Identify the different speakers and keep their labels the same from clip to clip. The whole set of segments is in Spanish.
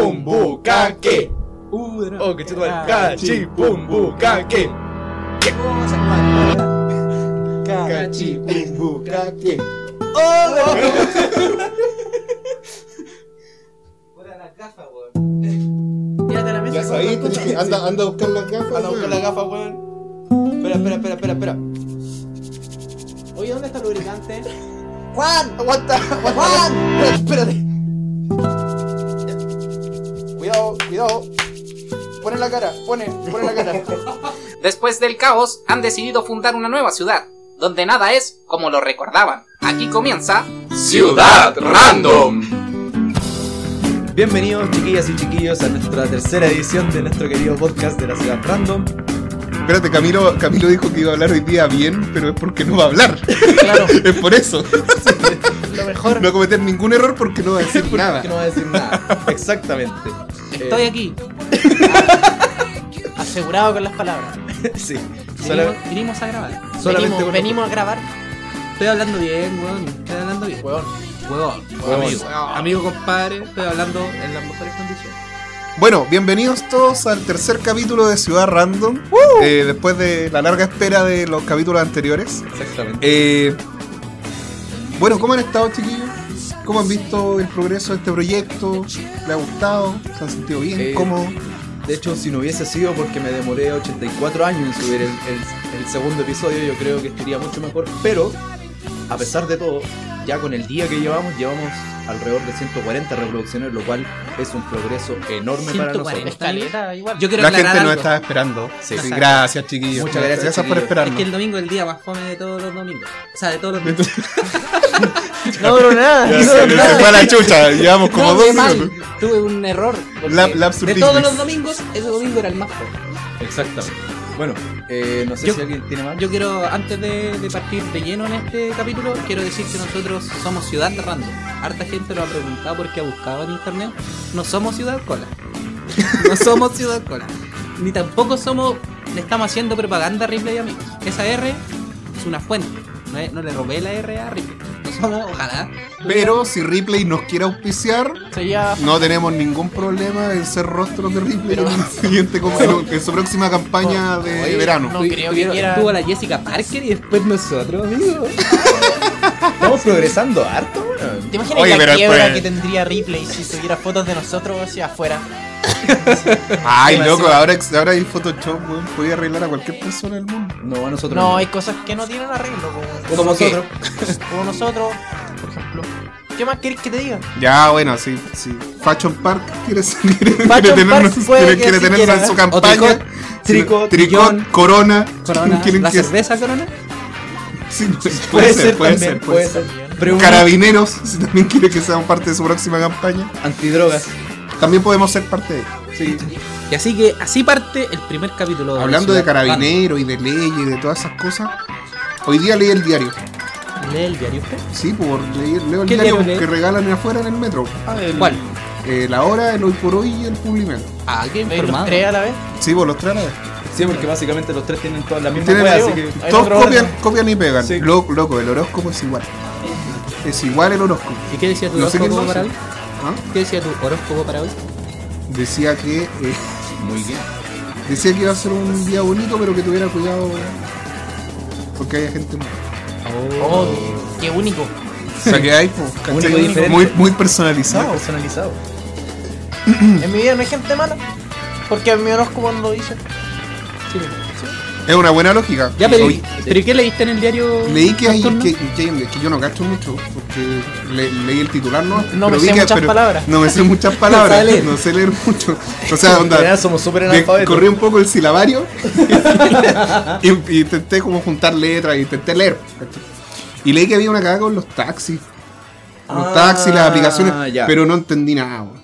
Speaker 1: Cachipumbucaque.
Speaker 2: Uh, de nuevo.
Speaker 1: Oh, que chido, vale. Cachipumbucaque.
Speaker 2: ¿Cómo vamos a actuar?
Speaker 1: Cachipumbucaque.
Speaker 2: Fuera las gafas, weón. Quédate a la mesa.
Speaker 3: Ya
Speaker 2: weón,
Speaker 3: sabí,
Speaker 2: con tu-
Speaker 3: anda, anda a buscar las gafas.
Speaker 2: Anda a buscar
Speaker 3: weón.
Speaker 2: las gafas, weón. Espera, espera, espera, espera, espera. Oye, ¿dónde está el lubricante? ¡Juan! ¡Aguanta! ¡Juan! Espérate, espérate. Cuidado, cuidado. Pone la cara, pone, pone la cara.
Speaker 4: Después del caos, han decidido fundar una nueva ciudad, donde nada es como lo recordaban. Aquí comienza
Speaker 1: Ciudad Random. Bienvenidos chiquillas y chiquillos a nuestra tercera edición de nuestro querido podcast de la Ciudad Random.
Speaker 3: Espérate, Camilo, Camilo dijo que iba a hablar hoy día bien, pero es porque no va a hablar.
Speaker 1: Claro,
Speaker 3: Es por eso.
Speaker 2: Lo mejor
Speaker 4: Eh.
Speaker 3: No va a cometer ningún error porque no va a decir nada.
Speaker 1: que no va a decir nada. Exactamente. Eh,
Speaker 4: Estoy aquí.
Speaker 2: asegurado con las palabras.
Speaker 1: Eh, sí. Sola-
Speaker 4: Venimos, vinimos a grabar.
Speaker 1: Solamente
Speaker 4: venimos,
Speaker 1: con-
Speaker 4: venimos a grabar. Estoy hablando bien, weón. Estoy hablando bien.
Speaker 2: Weón.
Speaker 4: Weón.
Speaker 1: Weón.
Speaker 4: Amigo, amigo compadre, estoy hablando en las mejores condiciones.
Speaker 3: Bueno, bienvenidos todos al tercer capítulo de Ciudad Random. Eh, después de la larga espera de los capítulos anteriores.
Speaker 1: Exactamente.
Speaker 3: Eh, bueno, ¿cómo han estado, chiquillos? ¿Cómo han visto el progreso de este proyecto? ¿Le ha gustado? ¿Se han sentido bien?
Speaker 1: Eh,
Speaker 3: ¿Cómo?
Speaker 1: De hecho, si no hubiese sido porque me demoré 84 años en subir el, el- el segundo episodio, yo creo que estaría mucho mejor. Pero, a pesar de todo, ya con el día que llevamos, llevamos alrededor de 140 reproducciones, lo cual es un progreso enorme para
Speaker 4: 140.
Speaker 1: nosotros.
Speaker 4: Escaleta, igual. Yo quiero
Speaker 3: La
Speaker 4: aclarar
Speaker 3: gente nos
Speaker 4: algo.
Speaker 3: estaba esperando.
Speaker 1: Sí.
Speaker 3: Sí, gracias, chiquillos.
Speaker 1: Muchas gracias,
Speaker 3: por
Speaker 1: chiquillos.
Speaker 3: esperarnos.
Speaker 4: Es que el domingo es el día más fome de todos los domingos. O sea, de todos los domingos.
Speaker 2: No, no, nada.
Speaker 3: Ya, se, se fue a la chucha, llevamos como
Speaker 4: No,
Speaker 3: dos
Speaker 4: qué mal.
Speaker 3: minutos.
Speaker 4: Tuve un error. porque
Speaker 3: Lap- lapsus
Speaker 4: de todos
Speaker 3: linguis.
Speaker 4: los domingos, ese domingo era el más fome.
Speaker 1: Exactamente. Bueno, eh, no sé
Speaker 4: Yo-
Speaker 1: si alguien tiene más.
Speaker 4: Yo quiero, antes de, de partir de lleno en este capítulo, quiero decir que nosotros somos Ciudad Random. Harta gente lo ha preguntado porque ha buscado en internet. No somos Ciudad Cola. No somos Ciudad Cola. Ni tampoco somos. Le estamos haciendo propaganda a Ripley, amigos. Esa R es una fuente. No, es- no le robé la R a Ripley. No somos, ojalá.
Speaker 3: Pero si Ripley nos quiere auspiciar,
Speaker 2: Sería
Speaker 3: no tenemos ningún problema en ser rostros de Ripley
Speaker 2: Pero-
Speaker 3: en, el siguiente com- en- en su próxima campaña de
Speaker 2: Oye,
Speaker 3: verano.
Speaker 2: No creo que
Speaker 4: Tuvieron-
Speaker 2: quiera.
Speaker 4: Estuvo la Jessica Parker y después nosotros, amigos.
Speaker 1: Estamos progresando harto, weón.
Speaker 2: ¿Te imaginas
Speaker 3: Oye, pero
Speaker 2: la quiebra
Speaker 3: pues-
Speaker 2: que tendría Ripley si tuviera fotos de nosotros hacia afuera?
Speaker 3: Ay,
Speaker 2: Encima,
Speaker 3: loco,
Speaker 2: encima.
Speaker 3: ahora, ex- ahora hay Photoshop, weón. Podía arreglar a cualquier persona del mundo.
Speaker 1: No, a nosotros
Speaker 2: No, hay cosas que no tienen arreglo, como,
Speaker 1: Como nosotros.
Speaker 2: como nosotros, por ejemplo. ¿Qué más querés que te diga?
Speaker 3: Ya, bueno, sí, sí. Fashion Park quiere, ser- quiere,
Speaker 2: Park
Speaker 3: quiere tenernos,
Speaker 2: puede
Speaker 3: quiere-
Speaker 2: que
Speaker 3: quiere
Speaker 2: sí
Speaker 3: tenernos
Speaker 2: quiera.
Speaker 3: en su
Speaker 1: O
Speaker 3: campaña.
Speaker 1: tricot, tricot, guión.
Speaker 3: corona.
Speaker 4: Corona,
Speaker 3: Quieren
Speaker 4: la
Speaker 3: que-
Speaker 4: cerveza Corona.
Speaker 3: sí, puede ser, puede ser, puede ser.
Speaker 1: Pero uno-
Speaker 3: Carabineros, si también quiere que sean parte de su próxima campaña.
Speaker 1: antidrogas.
Speaker 3: También podemos ser parte de
Speaker 1: Sí.
Speaker 4: Y así que así parte el primer capítulo.
Speaker 3: Hablando de
Speaker 4: Ciudad
Speaker 3: carabinero y de ley y de todas esas cosas, hoy día leí el diario.
Speaker 4: Random. ¿Lee el diario usted?
Speaker 3: Sí, por leer, leo el
Speaker 4: ¿Qué
Speaker 3: diario
Speaker 4: diario lee?
Speaker 3: que regalan afuera en el metro.
Speaker 4: ¿Cuál?
Speaker 3: Eh, la hora, el hoy por hoy y el publimento.
Speaker 4: Ah, qué
Speaker 2: ¿Veis los
Speaker 4: informado.
Speaker 2: tres a la vez?
Speaker 3: Sí, por los tres a la vez.
Speaker 1: Sí, porque básicamente los tres tienen todas la misma
Speaker 3: Tienen-
Speaker 1: wea,
Speaker 2: hueá,
Speaker 1: así que.
Speaker 2: Hay
Speaker 3: Todos
Speaker 2: otro
Speaker 3: copian,
Speaker 2: orden.
Speaker 3: copian y pegan.
Speaker 1: Sí.
Speaker 3: Lo- loco, el horóscopo es igual. Es igual el horóscopo.
Speaker 4: ¿Y qué decía tu
Speaker 3: No sé
Speaker 4: horóscopo
Speaker 3: quién lo
Speaker 4: para
Speaker 3: hace.
Speaker 4: hoy?
Speaker 3: ¿Ah?
Speaker 4: ¿Qué decía tu horóscopo para hoy?
Speaker 3: Decía que eh,
Speaker 1: Muy bien.
Speaker 3: decía que iba a ser un día bonito, pero que tuviera cuidado porque hay gente mala.
Speaker 2: Oh, qué único.
Speaker 3: O sea que hay, pues,
Speaker 1: Único y
Speaker 3: ¿cachai?
Speaker 1: diferente.
Speaker 3: muy, muy personalizado.
Speaker 1: personalizado.
Speaker 2: En mi vida no hay gente mala. Porque en mi horóscopo no lo dice.
Speaker 3: Es una buena lógica.
Speaker 4: Ya, pero,
Speaker 3: Hoy-
Speaker 4: ¿pero qué leíste en el diario?
Speaker 3: leí que hay,
Speaker 4: nocturno?
Speaker 3: que, que hay- que yo no cacho mucho, porque le- leí el titular, ¿no?
Speaker 2: No me
Speaker 3: Pero vi
Speaker 2: sé
Speaker 3: que-
Speaker 2: muchas
Speaker 3: pero
Speaker 2: palabras.
Speaker 3: No me sé muchas
Speaker 1: No sabe
Speaker 3: palabras,
Speaker 1: leer.
Speaker 3: no sé leer mucho. O sea, onda,
Speaker 1: somos súper
Speaker 3: me corrí un poco el silabario y, y intenté como juntar letras y intenté leer. ¿cachai? Y leí que había una cagada con los taxis. Los
Speaker 1: Ah,
Speaker 3: taxis, las aplicaciones,
Speaker 1: ya.
Speaker 3: pero no entendí nada. weón.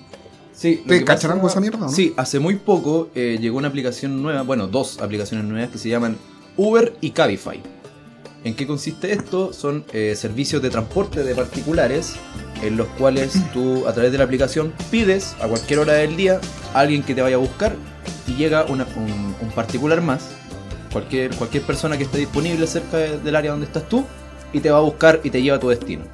Speaker 1: Sí, lo
Speaker 3: ¿Te
Speaker 1: que
Speaker 3: cachan algo
Speaker 1: pasa-
Speaker 3: esa mierda, no?
Speaker 1: Sí, hace muy poco eh, llegó una aplicación nueva, bueno, dos aplicaciones nuevas que se llaman Uber y Cabify. ¿En qué consiste esto? Son eh, servicios de transporte de particulares en los cuales tú a través de la aplicación pides a cualquier hora del día a alguien que te vaya a buscar y llega una- un, un particular más, cualquier, cualquier persona que esté disponible cerca de- del área donde estás tú y te va a buscar y te lleva a tu destino.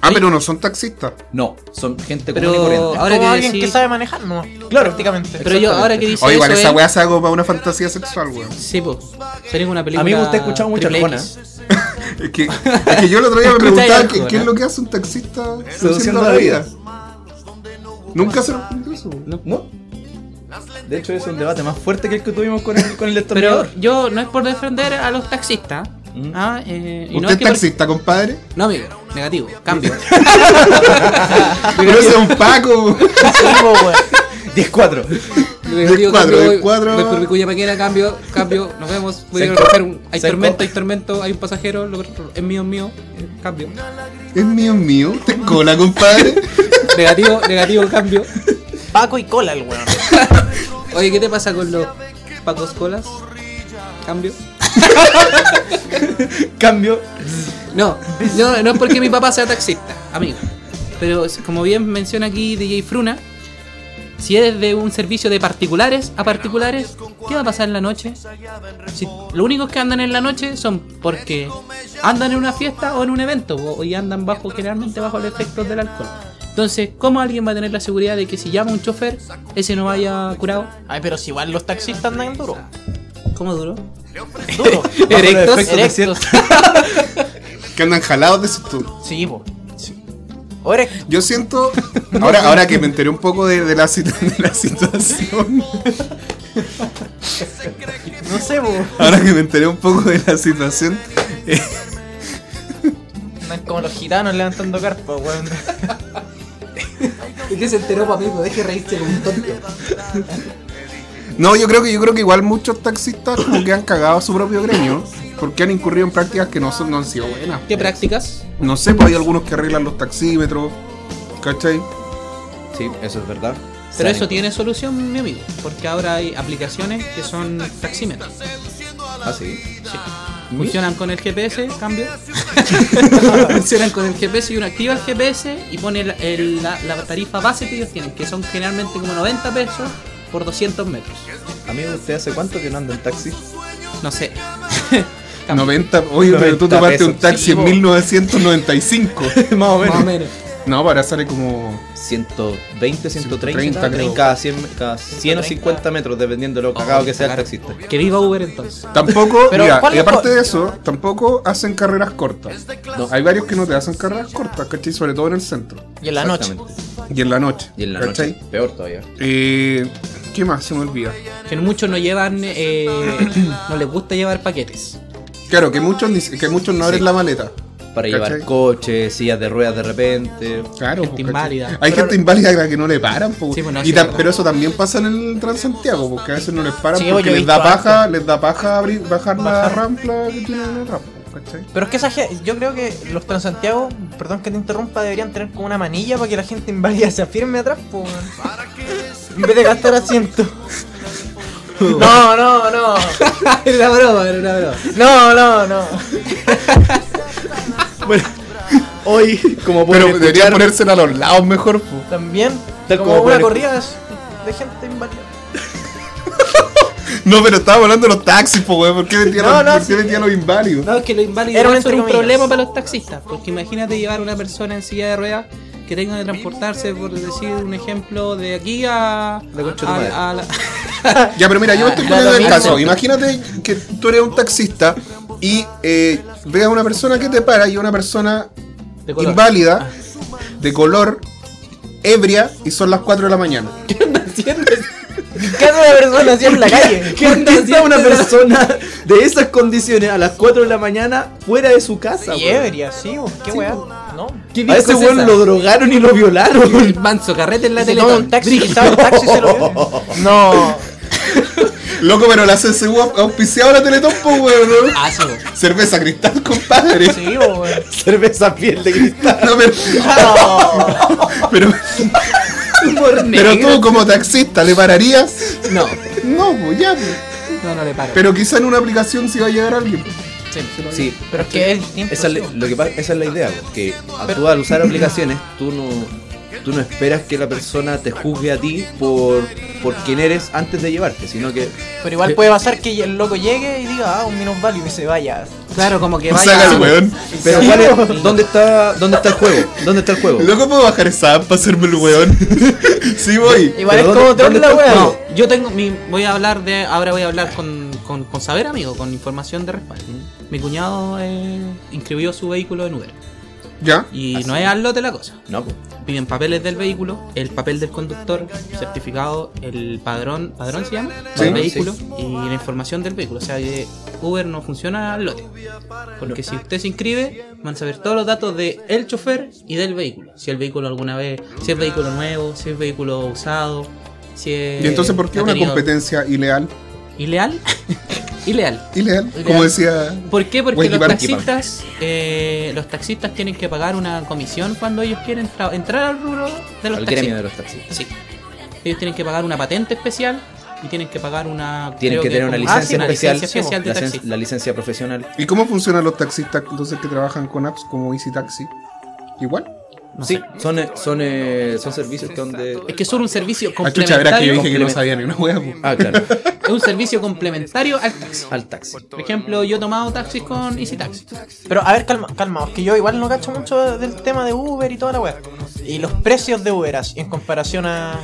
Speaker 3: Ah, pero no son taxistas.
Speaker 1: No, son gente común y
Speaker 4: Pero
Speaker 1: corriente.
Speaker 4: ahora
Speaker 2: como
Speaker 4: que
Speaker 2: alguien
Speaker 4: decís-
Speaker 2: que sabe manejar, no.
Speaker 1: Claro.
Speaker 2: Prácticamente.
Speaker 4: Pero yo, ahora que dice
Speaker 3: O Oh, igual
Speaker 4: eso
Speaker 3: esa
Speaker 4: es-
Speaker 3: weá se hago para una fantasía sexual, weón.
Speaker 4: Sí, po. Sería una película...
Speaker 1: Amigo, usted ha escuchado mucho
Speaker 4: triple
Speaker 1: Arjona.
Speaker 4: X.
Speaker 3: Es que, es que yo el otro día me
Speaker 4: Escucha
Speaker 3: preguntaba
Speaker 4: algo,
Speaker 3: que- qué es
Speaker 4: ¿no?
Speaker 3: lo que hace un taxista
Speaker 1: Seduciendo
Speaker 3: seduciendo
Speaker 1: a
Speaker 3: la
Speaker 1: la
Speaker 3: vida. Nunca se respondió eso. weón.
Speaker 1: No, no. De hecho, es un debate más fuerte que el que tuvimos con el, con
Speaker 4: Pero
Speaker 1: el destornillador.
Speaker 4: yo, no es por defender a los taxistas.
Speaker 1: Mm.
Speaker 4: Ah, eh, y
Speaker 3: ¿Usted
Speaker 4: no es
Speaker 3: es
Speaker 4: que por-
Speaker 3: taxista, compadre?
Speaker 4: No, amigo. Negativo. Cambio. Ah,
Speaker 3: Pero ese es un Paco.
Speaker 2: digo, weón.
Speaker 1: 10-4.
Speaker 4: Negativo,
Speaker 3: Del cuadro,
Speaker 4: cambio,
Speaker 3: del
Speaker 4: voy-
Speaker 3: cuadro.
Speaker 4: Voy por mi cuña paquera, cambio, cambio. Nos vemos. Voy a
Speaker 1: Seco.
Speaker 4: recoger un- Hay
Speaker 1: Seco.
Speaker 4: tormento, hay tormento, hay un pasajero. lo- Es mío, es mío. eh, Cambio.
Speaker 3: Es mío, es mío. Te cola, compadre.
Speaker 4: Negativo, negativo, cambio.
Speaker 2: Paco y cola el weón.
Speaker 4: Oye, ¿qué te pasa con los pacos colas? Cambio.
Speaker 1: Cambio.
Speaker 4: No, no, no es porque mi papá sea taxista, amigo. Pero es- como bien menciona aquí DJ Fruna, si eres de un servicio de particulares a particulares, ¿qué va a pasar en la noche? Si los únicos que andan en la noche son porque andan en una fiesta o en un evento o- y andan bajo generalmente bajo los efectos del alcohol. Entonces, ¿cómo alguien va a tener la seguridad de que si llama un chofer, ese no vaya curado?
Speaker 2: Ay, pero si igual los taxistas andan duro.
Speaker 4: ¿Cómo duró?
Speaker 2: Duro.
Speaker 1: los
Speaker 4: Erectos,
Speaker 1: efectos de
Speaker 4: erectos.
Speaker 3: Que andan jalados de esos tú.
Speaker 2: Sí, po. O eres
Speaker 3: Yo siento, ahora, ahora que me enteré un poco de, de la, situ- de la situación,
Speaker 2: No sé, po.
Speaker 3: ahora que me enteré un poco de la situación, eh,
Speaker 2: Andan como los gitanos levantando carpas, weón.
Speaker 4: ¿Y qué se enteró, amigo? Deje reírse como un tonto.
Speaker 3: no, yo creo que yo creo que igual muchos taxistas como que han cagado a su propio gremio, porque han incurrido en prácticas que no son, no han sido buenas.
Speaker 4: ¿Qué prácticas?
Speaker 3: No sé, pues hay algunos que arreglan los taxímetros, ¿cachai?
Speaker 1: Sí, eso es verdad.
Speaker 4: Pero
Speaker 1: Sale.
Speaker 4: eso tiene solución, mi amigo, porque ahora hay aplicaciones que son taxímetros.
Speaker 1: Ah, sí.
Speaker 4: Sí.
Speaker 2: ¿Mm?
Speaker 4: Funcionan con el GPS, cambio. Funcionan con el GPS y uno activa el GPS y pone el- el- la, la tarifa base que ellos tienen, que son generalmente como 90 pesos por 200 metros.
Speaker 1: Amigo, ¿usted hace cuánto que no anda en taxi?
Speaker 4: No sé.
Speaker 3: 90, oye, pero tú
Speaker 1: 90
Speaker 3: tomaste
Speaker 1: pesos.
Speaker 3: un taxi
Speaker 4: Sí,
Speaker 3: en
Speaker 4: po.
Speaker 3: 1995.
Speaker 1: más o
Speaker 4: Más o menos.
Speaker 3: No, para ahora sale como
Speaker 1: 120, 130,
Speaker 3: 130,
Speaker 1: cada-
Speaker 3: creo.
Speaker 1: cada 100, cada 100
Speaker 2: 130.
Speaker 1: o 50 metros, dependiendo de lo cagado que sea el taxista.
Speaker 4: Que viva Uber entonces.
Speaker 3: Tampoco,
Speaker 2: Pero,
Speaker 3: mira,
Speaker 2: ¿cuál
Speaker 3: y
Speaker 2: es la
Speaker 3: aparte
Speaker 2: co-
Speaker 3: de eso, tampoco hacen carreras cortas. Hay varios que no te hacen carreras cortas, ¿cachai? Sobre todo en el centro
Speaker 2: Y en la noche.
Speaker 1: Exactamente.
Speaker 3: y en la noche.
Speaker 1: Y en la
Speaker 3: ¿cachai?
Speaker 1: noche, peor todavía.
Speaker 3: Eh, ¿Qué más? Se me olvida.
Speaker 4: Que muchos no llevan, eh, no les gusta llevar paquetes.
Speaker 3: Claro, que muchos, ni- que muchos no abren la maleta.
Speaker 1: Para llevar
Speaker 3: ¿Cachai?
Speaker 1: coches, sillas de ruedas de repente.
Speaker 3: Claro,
Speaker 4: Gente
Speaker 3: po, ¿cachai?
Speaker 4: inválida.
Speaker 3: Hay
Speaker 4: Pero-
Speaker 3: gente inválida a la que no le paran, po.
Speaker 4: Sí, bueno,
Speaker 3: Y
Speaker 4: sí,
Speaker 3: tam-
Speaker 4: verdad.
Speaker 3: pero eso también pasa en el Transantiago, porque a veces no les paran
Speaker 2: Sí,
Speaker 3: porque
Speaker 2: yo he
Speaker 3: les da
Speaker 2: visto
Speaker 3: paja, les da paja abrir, bajar la rampla que tiene la rampa, ¿cachai?
Speaker 2: Pero es que esa gente, yo creo que los Transantiago, perdón que te interrumpa, deberían tener como una manilla para que la gente inválida se afirme atrás, po, weón. En vez de gastar asiento. No, no, no.
Speaker 4: era broma, era una broma.
Speaker 2: No, no, no.
Speaker 1: Bueno, hoy, como
Speaker 3: Pero deberían ponérsela a los lados mejor, po.
Speaker 2: También,
Speaker 1: Tal
Speaker 2: como
Speaker 1: como
Speaker 2: una
Speaker 1: pueden-
Speaker 2: corrida de- de gente inválida.
Speaker 3: No, pero estaba hablando de los taxis, po, weón. ¿Por qué metían
Speaker 2: No,
Speaker 3: a
Speaker 2: no,
Speaker 3: los- por qué
Speaker 2: sí.
Speaker 3: metían a los inválidos?
Speaker 4: No, es que lo inválido
Speaker 2: Era
Speaker 4: era
Speaker 2: un
Speaker 4: un, un
Speaker 2: entrecomillas.
Speaker 4: problema para los taxistas, porque imagínate llevar a una persona en silla de ruedas que tenga que transportarse, por decir un ejemplo, de aquí a...
Speaker 1: La concha de tu
Speaker 4: a-
Speaker 1: madre.
Speaker 4: a la-
Speaker 3: Ya, pero mira, yo me estoy
Speaker 2: Ah,
Speaker 3: poniendo
Speaker 2: da lo
Speaker 3: en el
Speaker 2: mismo.
Speaker 3: caso. Imagínate que tú eres un taxista y eh, veas a una persona que te para y una persona
Speaker 4: de color.
Speaker 3: inválida, de color, ebria, y son las 4 de la mañana.
Speaker 2: ¿Qué hace una persona así en la calle?
Speaker 1: ¿Qué anda haciendo una persona de esas condiciones a las 4 de la mañana fuera de su casa?
Speaker 2: Y
Speaker 1: weón?
Speaker 2: ebria, sí, po, qué weá. No.
Speaker 4: ¿Qué
Speaker 1: A
Speaker 4: bien
Speaker 1: ese
Speaker 4: cosa
Speaker 1: weón
Speaker 4: esa?
Speaker 1: lo drogaron y lo violaron.
Speaker 4: El manso carrete en la
Speaker 2: Se
Speaker 4: tele.
Speaker 2: toma un taxi, quizás un taxi se lo vio. No.
Speaker 3: Loco, pero la CSU ha auspiciado la Teletón, pues, weón. ¿no?
Speaker 4: Ah, sí, po.
Speaker 3: Cerveza cristal, compadre.
Speaker 2: Sí, po, weón.
Speaker 1: Cerveza piel de cristal.
Speaker 3: No, pero,
Speaker 2: No.
Speaker 3: pero,
Speaker 4: Humor negro.
Speaker 3: pero tú, como taxista, ¿le pararías?
Speaker 4: No,
Speaker 3: No, pues ya. pues.
Speaker 4: no, no le paro.
Speaker 3: Pero quizá en una aplicación sí va a llegar alguien.
Speaker 4: Sí, sí.
Speaker 1: Sí,
Speaker 2: Pero es que es distinto.
Speaker 1: Esa es,
Speaker 2: sí,
Speaker 1: la- lo que pasa- esa es la idea, po, que a- tú al usar aplicaciones, tú no, tú no esperas que la persona te juzgue a ti por, por quién eres antes de llevarte, sino que
Speaker 2: Pero igual puede pasar que el loco llegue y diga, ah, un minus value y se vaya.
Speaker 4: Claro, como que
Speaker 3: No
Speaker 4: vaya.
Speaker 3: saca el weón.
Speaker 1: Pero
Speaker 2: Sí,
Speaker 1: ¿cuál es-
Speaker 2: po.
Speaker 1: ¿dónde está dónde está el juego? ¿Dónde está el juego?
Speaker 3: Loco, puedo bajar esa app para hacerme el weón. sí, voy.
Speaker 2: Igual es
Speaker 1: Pero
Speaker 2: como
Speaker 1: ¿dónde-
Speaker 2: troll
Speaker 1: dónde
Speaker 2: la
Speaker 1: está el
Speaker 2: wea.
Speaker 4: No, yo tengo mi, voy a hablar de ahora voy a hablar con, con, con saber amigo, con información de respaldo. Mi cuñado eh, inscribió su vehículo en Uber
Speaker 3: ¿Ya?
Speaker 4: y no es al lote la cosa.
Speaker 1: No, po.
Speaker 4: Piden papeles del vehículo, el papel del conductor, certificado, el padrón, padrón se llama,
Speaker 3: Sí.
Speaker 4: del vehículo y la información del vehículo. O sea que Uber no funciona al lote. Porque si usted se inscribe, van a saber todos los datos de el chofer y del vehículo. Si el vehículo alguna vez, si es vehículo nuevo, si es vehículo usado, si es.
Speaker 3: ¿Y entonces por qué
Speaker 4: ha
Speaker 3: una
Speaker 4: tenido-
Speaker 3: competencia ilegal?
Speaker 4: ¿Ileal? Ileal.
Speaker 3: Ilegal, como decía.
Speaker 4: ¿Por qué? Porque
Speaker 3: Wakey
Speaker 4: los
Speaker 3: Parky,
Speaker 4: taxistas, eh, los taxistas tienen que pagar una comisión cuando ellos quieren tra- entrar al rubro de los
Speaker 1: al gremio
Speaker 4: taxistas.
Speaker 1: de los taxistas.
Speaker 4: Sí. Ellos tienen que pagar una patente especial y tienen que pagar una.
Speaker 1: Tienen
Speaker 4: creo
Speaker 1: que tener una
Speaker 4: como- ah, sí,
Speaker 1: licencia especial,
Speaker 4: licencia especial de
Speaker 1: la, cen-
Speaker 4: taxista.
Speaker 1: la licencia profesional.
Speaker 3: ¿Y cómo funcionan los taxistas entonces que trabajan con apps como Easy Taxi? Igual.
Speaker 4: No
Speaker 1: sí,
Speaker 4: sé.
Speaker 1: son eh, son eh, son servicios que donde
Speaker 4: Es que es solo un servicio
Speaker 3: Ah, chucha, verá que yo
Speaker 4: complementario.
Speaker 3: dije que no sabía ni una pues. wea. po.
Speaker 1: Ah, claro,
Speaker 4: Es un servicio complementario al taxi.
Speaker 1: al taxi.
Speaker 4: Por ejemplo, yo he tomado taxis con Easy Taxi.
Speaker 2: Pero a ver, calma, calma, es que yo igual no cacho mucho del tema de Uber y toda la wea. Y los precios de Uber así, en comparación a.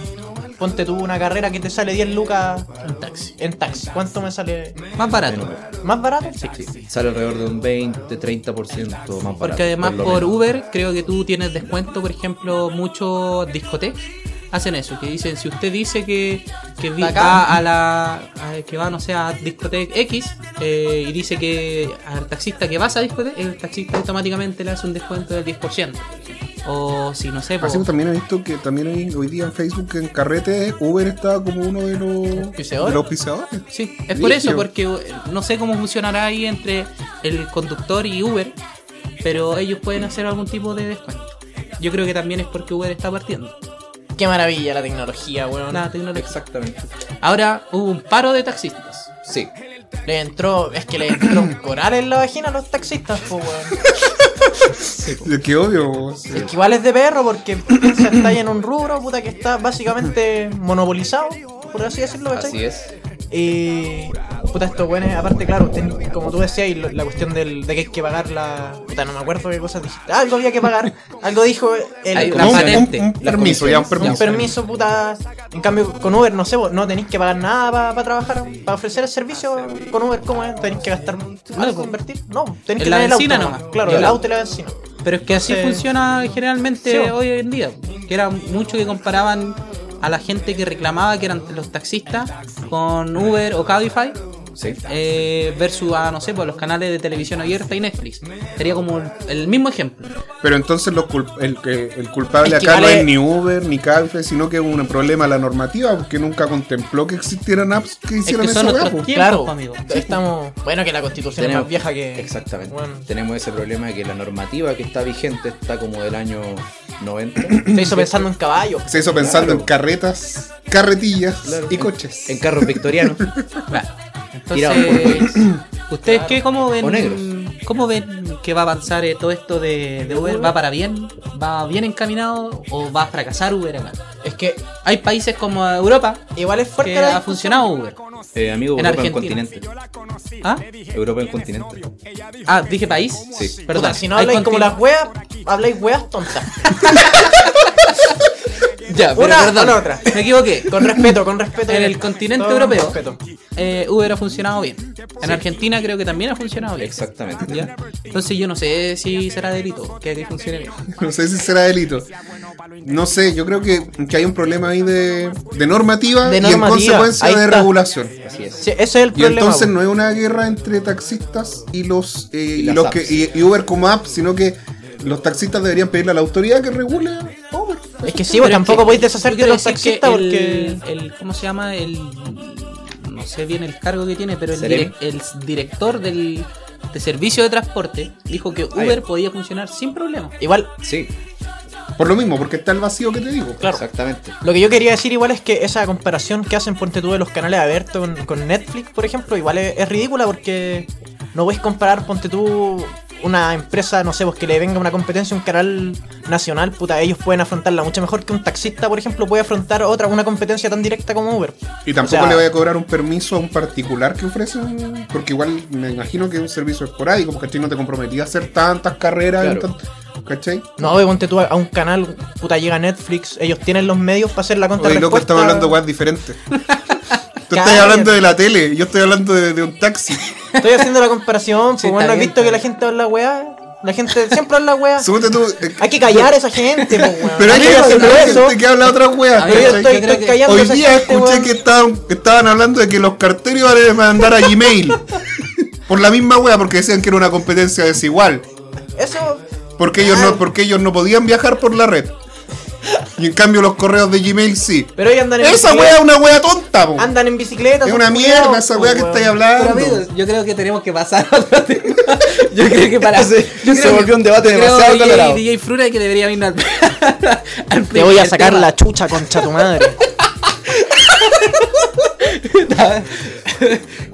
Speaker 2: Ponte tú una carrera que te sale 10 lucas
Speaker 4: Un taxi.
Speaker 2: en taxi. ¿Cuánto me sale?
Speaker 4: Más barato.
Speaker 2: ¿Más barato?
Speaker 1: Sí, sale alrededor de un 20, 30% más barato.
Speaker 4: Porque además
Speaker 1: lo
Speaker 4: por,
Speaker 1: menos.
Speaker 4: Uber creo que tú tienes descuento, por ejemplo, muchos discotecas hacen eso, que dicen, si usted dice que, que vi-
Speaker 2: Bacán.
Speaker 4: va a la a- que va, no sé, a discoteca X eh, y dice que al taxista que vas a discoteca, el taxista automáticamente le hace un descuento del 10%. O si no sé, po-
Speaker 3: Así que también he visto que también hay hoy día en Facebook que en carrete Uber está como uno de los de
Speaker 2: ¿Auspiciadores?
Speaker 3: los auspiciadores.
Speaker 4: Sí, es por
Speaker 3: Brígido.
Speaker 4: eso, porque eh, no sé cómo funcionará ahí entre el conductor y Uber, pero ellos pueden hacer algún tipo de descuento. Yo creo que también es porque Uber está partiendo.
Speaker 2: Qué maravilla la tecnología, weón.
Speaker 4: Nada, tecnología.
Speaker 1: Exactamente.
Speaker 4: Ahora hubo un paro de taxistas.
Speaker 1: Sí.
Speaker 2: Le entró, es que le entró un coral en la vagina a los taxistas, po, weón.
Speaker 3: De qué odio. po.
Speaker 2: Es que igual es de perro porque se está ahí en un rubro, puta, que está básicamente monopolizado, por así decirlo, ¿cachai?
Speaker 1: Así es.
Speaker 2: Y. Puta, estos weones, aparte, claro, ten- como tú decías, y lo- la cuestión del, de que hay que pagar la. Puta, no me acuerdo qué cosas dijiste. Algo había que pagar, algo dijo el.
Speaker 1: Hay
Speaker 2: la
Speaker 1: como
Speaker 3: No, un-
Speaker 2: patente.
Speaker 3: un,
Speaker 1: patente,
Speaker 3: un
Speaker 1: las
Speaker 3: permiso, ya un
Speaker 1: comisiones,
Speaker 3: permiso.
Speaker 2: un permiso, puta. En cambio, con Uber, no sé, vos, no tenéis que pagar nada para trabajar, para ofrecer el servicio. Con Uber, ¿cómo es? ¿Tenéis que gastar algo, invertir? No, tenéis que
Speaker 4: En la
Speaker 2: tener el
Speaker 4: benzina
Speaker 2: auto.
Speaker 4: nomás.
Speaker 2: nomás. Claro,
Speaker 1: Ya.
Speaker 2: el auto y la benzina.
Speaker 4: Pero es que así
Speaker 2: Sí.
Speaker 4: funciona generalmente
Speaker 2: Sí, bo.
Speaker 4: hoy en día. Que era mucho que comparaban a la gente que reclamaba que eran los taxistas con Uber o Cabify
Speaker 1: Sí.
Speaker 4: eh, versus a, no sé, pues, los canales de televisión abierta y Netflix. Sería como el- el mismo ejemplo.
Speaker 3: Pero entonces los cul- el, el- el culpable
Speaker 2: Es que
Speaker 3: acá no
Speaker 2: vale-
Speaker 3: es ni Uber ni Cabify, sino que es un problema de la normativa, porque nunca contempló que existieran apps que
Speaker 4: Es
Speaker 3: hicieran
Speaker 4: que son
Speaker 3: esa wea,
Speaker 4: otros
Speaker 3: po.
Speaker 4: tiempos,
Speaker 2: Claro,
Speaker 4: amigo.
Speaker 2: Estamos. Bueno, que la constitución es más vieja que.
Speaker 1: Exactamente.
Speaker 2: Bueno.
Speaker 1: Tenemos ese problema de que la normativa que está vigente está como del año 90.
Speaker 2: Se hizo pensando en caballos.
Speaker 3: Se hizo pensando en carretas, carretillas
Speaker 1: Claro.
Speaker 3: y coches.
Speaker 1: En carros victorianos.
Speaker 4: Claro.
Speaker 1: Tirado
Speaker 4: Entonces, ¿ustedes qué? ¿Cómo ven,
Speaker 1: O negros.
Speaker 4: ¿Cómo ven que va a avanzar eh, todo esto de, de Uber? ¿Va para bien? ¿Va bien encaminado o va a fracasar Uber? hermano?
Speaker 2: Es que
Speaker 4: Hay países como Europa
Speaker 2: igual es fuerte
Speaker 4: que
Speaker 2: la
Speaker 4: ha
Speaker 2: discusión.
Speaker 4: funcionado Uber.
Speaker 1: Eh, amigo,
Speaker 4: En
Speaker 1: Europa es un
Speaker 4: Argentina.
Speaker 1: continente.
Speaker 4: ¿Ah?
Speaker 1: Europa es un continente.
Speaker 4: Ah, dije país.
Speaker 1: Sí.
Speaker 4: Perdón.
Speaker 2: Puta, si no
Speaker 4: Hay
Speaker 2: habláis como
Speaker 4: continu-
Speaker 2: las weas, habláis weas tontas.
Speaker 4: Ya, pero
Speaker 2: Una
Speaker 4: perdón.
Speaker 2: o la otra.
Speaker 4: Me equivoqué.
Speaker 2: Con respeto, con respeto.
Speaker 4: En el
Speaker 2: Todo
Speaker 4: continente
Speaker 2: con
Speaker 4: europeo,
Speaker 2: respeto.
Speaker 4: eh, Uber ha funcionado bien. En Argentina creo que también ha funcionado bien.
Speaker 1: Exactamente.
Speaker 4: ¿Ya? Entonces yo no sé si será delito que que funcione bien.
Speaker 3: No sé si será delito. No sé, yo creo que, que hay un problema ahí de, de normativa y
Speaker 2: De
Speaker 3: en
Speaker 2: normativa,
Speaker 3: consecuencia
Speaker 2: ahí
Speaker 3: de
Speaker 2: está.
Speaker 3: regulación.
Speaker 1: Así es.
Speaker 2: Sí, ese es el
Speaker 3: Y
Speaker 2: problema.
Speaker 3: entonces
Speaker 2: weón.
Speaker 3: no es una guerra entre taxistas y los, eh, y
Speaker 1: las
Speaker 3: los
Speaker 1: apps.
Speaker 3: que y, y Uber como app, sino que los taxistas deberían pedirle a la autoridad que regule pues. Uber.
Speaker 2: Es que sí, weón,
Speaker 4: Pero Pues es
Speaker 2: tampoco
Speaker 4: que-
Speaker 2: podéis
Speaker 4: yo
Speaker 2: deshacerte de
Speaker 4: quiero
Speaker 2: los
Speaker 4: decir
Speaker 2: taxistas
Speaker 4: que
Speaker 2: porque.
Speaker 4: el- el- ¿Cómo se llama? El. No sé bien el cargo que tiene, pero el,
Speaker 1: Seremi.
Speaker 4: direc- el director del de servicio de transporte dijo que Uber podía funcionar sin problema.
Speaker 2: Igual,
Speaker 1: Sí,
Speaker 3: Por lo mismo, porque está el vacío que te digo.
Speaker 2: Claro.
Speaker 1: exactamente.
Speaker 2: lo que yo quería decir igual es que esa comparación que hacen Ponte tú de los canales abiertos con, con Netflix, por ejemplo, igual es, es ridícula porque no puedes comparar Ponte tú una empresa, no sé, pues que le venga una competencia, un canal nacional, puta, ellos pueden afrontarla mucho mejor que un taxista, por ejemplo, puede afrontar otra, una competencia tan directa como Uber.
Speaker 3: Y tampoco
Speaker 2: O sea,
Speaker 3: le voy a cobrar un permiso a un particular que ofrece, porque igual me imagino que es un servicio esporádico, porque ¿cachai? no te comprometí a hacer tantas carreras,
Speaker 1: Claro.
Speaker 3: en tant- ¿cachai?
Speaker 2: No, y ponte tú a, a un canal, puta, llega Netflix, ellos tienen los medios para hacer la
Speaker 3: Oye, loco,
Speaker 2: contrarrespuesta.
Speaker 3: estamos hablando de cosas diferentes. Tú estás
Speaker 2: Cállate.
Speaker 3: hablando de la tele, yo estoy hablando de, de un taxi.
Speaker 2: Estoy haciendo la comparación,
Speaker 4: Sí,
Speaker 2: pues bueno,
Speaker 4: está
Speaker 2: has
Speaker 4: bien,
Speaker 2: visto
Speaker 4: está
Speaker 2: que la
Speaker 4: bien.
Speaker 2: gente habla weá, la gente siempre habla weá.
Speaker 3: Suponte tú. eh,
Speaker 2: Hay que callar a esa gente, pues weón.
Speaker 3: pero hay
Speaker 2: Yo
Speaker 3: que
Speaker 2: estoy
Speaker 3: hacer
Speaker 2: haciendo eso.
Speaker 3: gente que habla otra wea.
Speaker 4: A
Speaker 2: Pero
Speaker 4: ver,
Speaker 2: yo
Speaker 4: yo
Speaker 2: estoy,
Speaker 4: creo
Speaker 2: estoy
Speaker 4: que
Speaker 2: callando a
Speaker 3: Hoy
Speaker 2: esa
Speaker 3: día
Speaker 2: gente,
Speaker 3: escuché
Speaker 2: weón.
Speaker 3: que estaban, estaban hablando de que los carteros iban a mandar a Gmail. Por la misma wea, porque decían que era una competencia desigual.
Speaker 2: Eso.
Speaker 3: Porque ellos, no, porque ellos no podían viajar por la red. Y en cambio los correos de Gmail sí.
Speaker 2: Pero ellos andan en
Speaker 3: Esa wea
Speaker 2: bicicleta.
Speaker 3: es una wea tonta, po.
Speaker 2: Andan en bicicleta.
Speaker 3: Es
Speaker 2: son
Speaker 3: una
Speaker 2: culiados,
Speaker 3: mierda esa wea
Speaker 2: pues,
Speaker 3: que
Speaker 2: weón.
Speaker 3: estáis
Speaker 4: Pero
Speaker 3: hablando.
Speaker 4: amigos, yo creo que tenemos que pasar a otro tema. Yo creo que para.
Speaker 1: Se-
Speaker 4: yo
Speaker 1: se
Speaker 4: creo
Speaker 1: volvió un debate
Speaker 4: creo
Speaker 1: demasiado
Speaker 4: DJ,
Speaker 1: acalorado.
Speaker 4: DJ Fruna que debería venir al. al
Speaker 2: Te voy a
Speaker 4: primer
Speaker 2: sacar
Speaker 4: tema.
Speaker 2: la chucha, concha tu madre.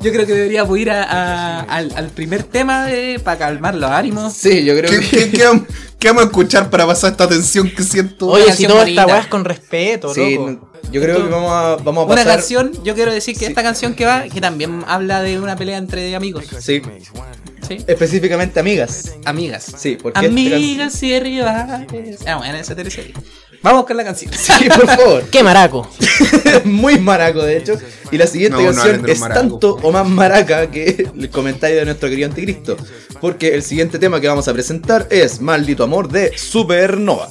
Speaker 4: Yo creo que deberíamos ir a- a- al, al primer tema para calmar los ánimos.
Speaker 1: Sí, yo creo
Speaker 3: ¿Qué,
Speaker 1: que.
Speaker 3: qué- qué vam- qué vamos a escuchar para pasar esta tensión que siento?
Speaker 2: Oye, si
Speaker 4: canción
Speaker 2: toda
Speaker 4: bonita.
Speaker 2: esta weá es con respeto,
Speaker 1: Sí,
Speaker 2: loco.
Speaker 1: no- yo creo que vamos a, vamos a
Speaker 4: Una
Speaker 1: pasar.
Speaker 4: canción, yo quiero decir que
Speaker 1: Sí.
Speaker 4: esta canción que va, que también habla de una pelea entre amigos.
Speaker 1: Sí,
Speaker 4: ¿sí?
Speaker 1: específicamente Eh, amigas.
Speaker 4: Amigas.
Speaker 1: Sí, porque. esta
Speaker 4: Amigas y rivales. Ah, bueno, esa tercera. Vamos a buscar la canción.
Speaker 1: can- Sí, por favor.
Speaker 2: Qué maraco.
Speaker 1: Muy maraco, de hecho. Y la siguiente
Speaker 3: No, no hablen
Speaker 1: canción
Speaker 3: de los
Speaker 1: es
Speaker 3: maracos.
Speaker 1: tanto o más maraca que el comentario de nuestro querido anticristo. Porque el siguiente tema que vamos a presentar es Maldito Amor de Supernova.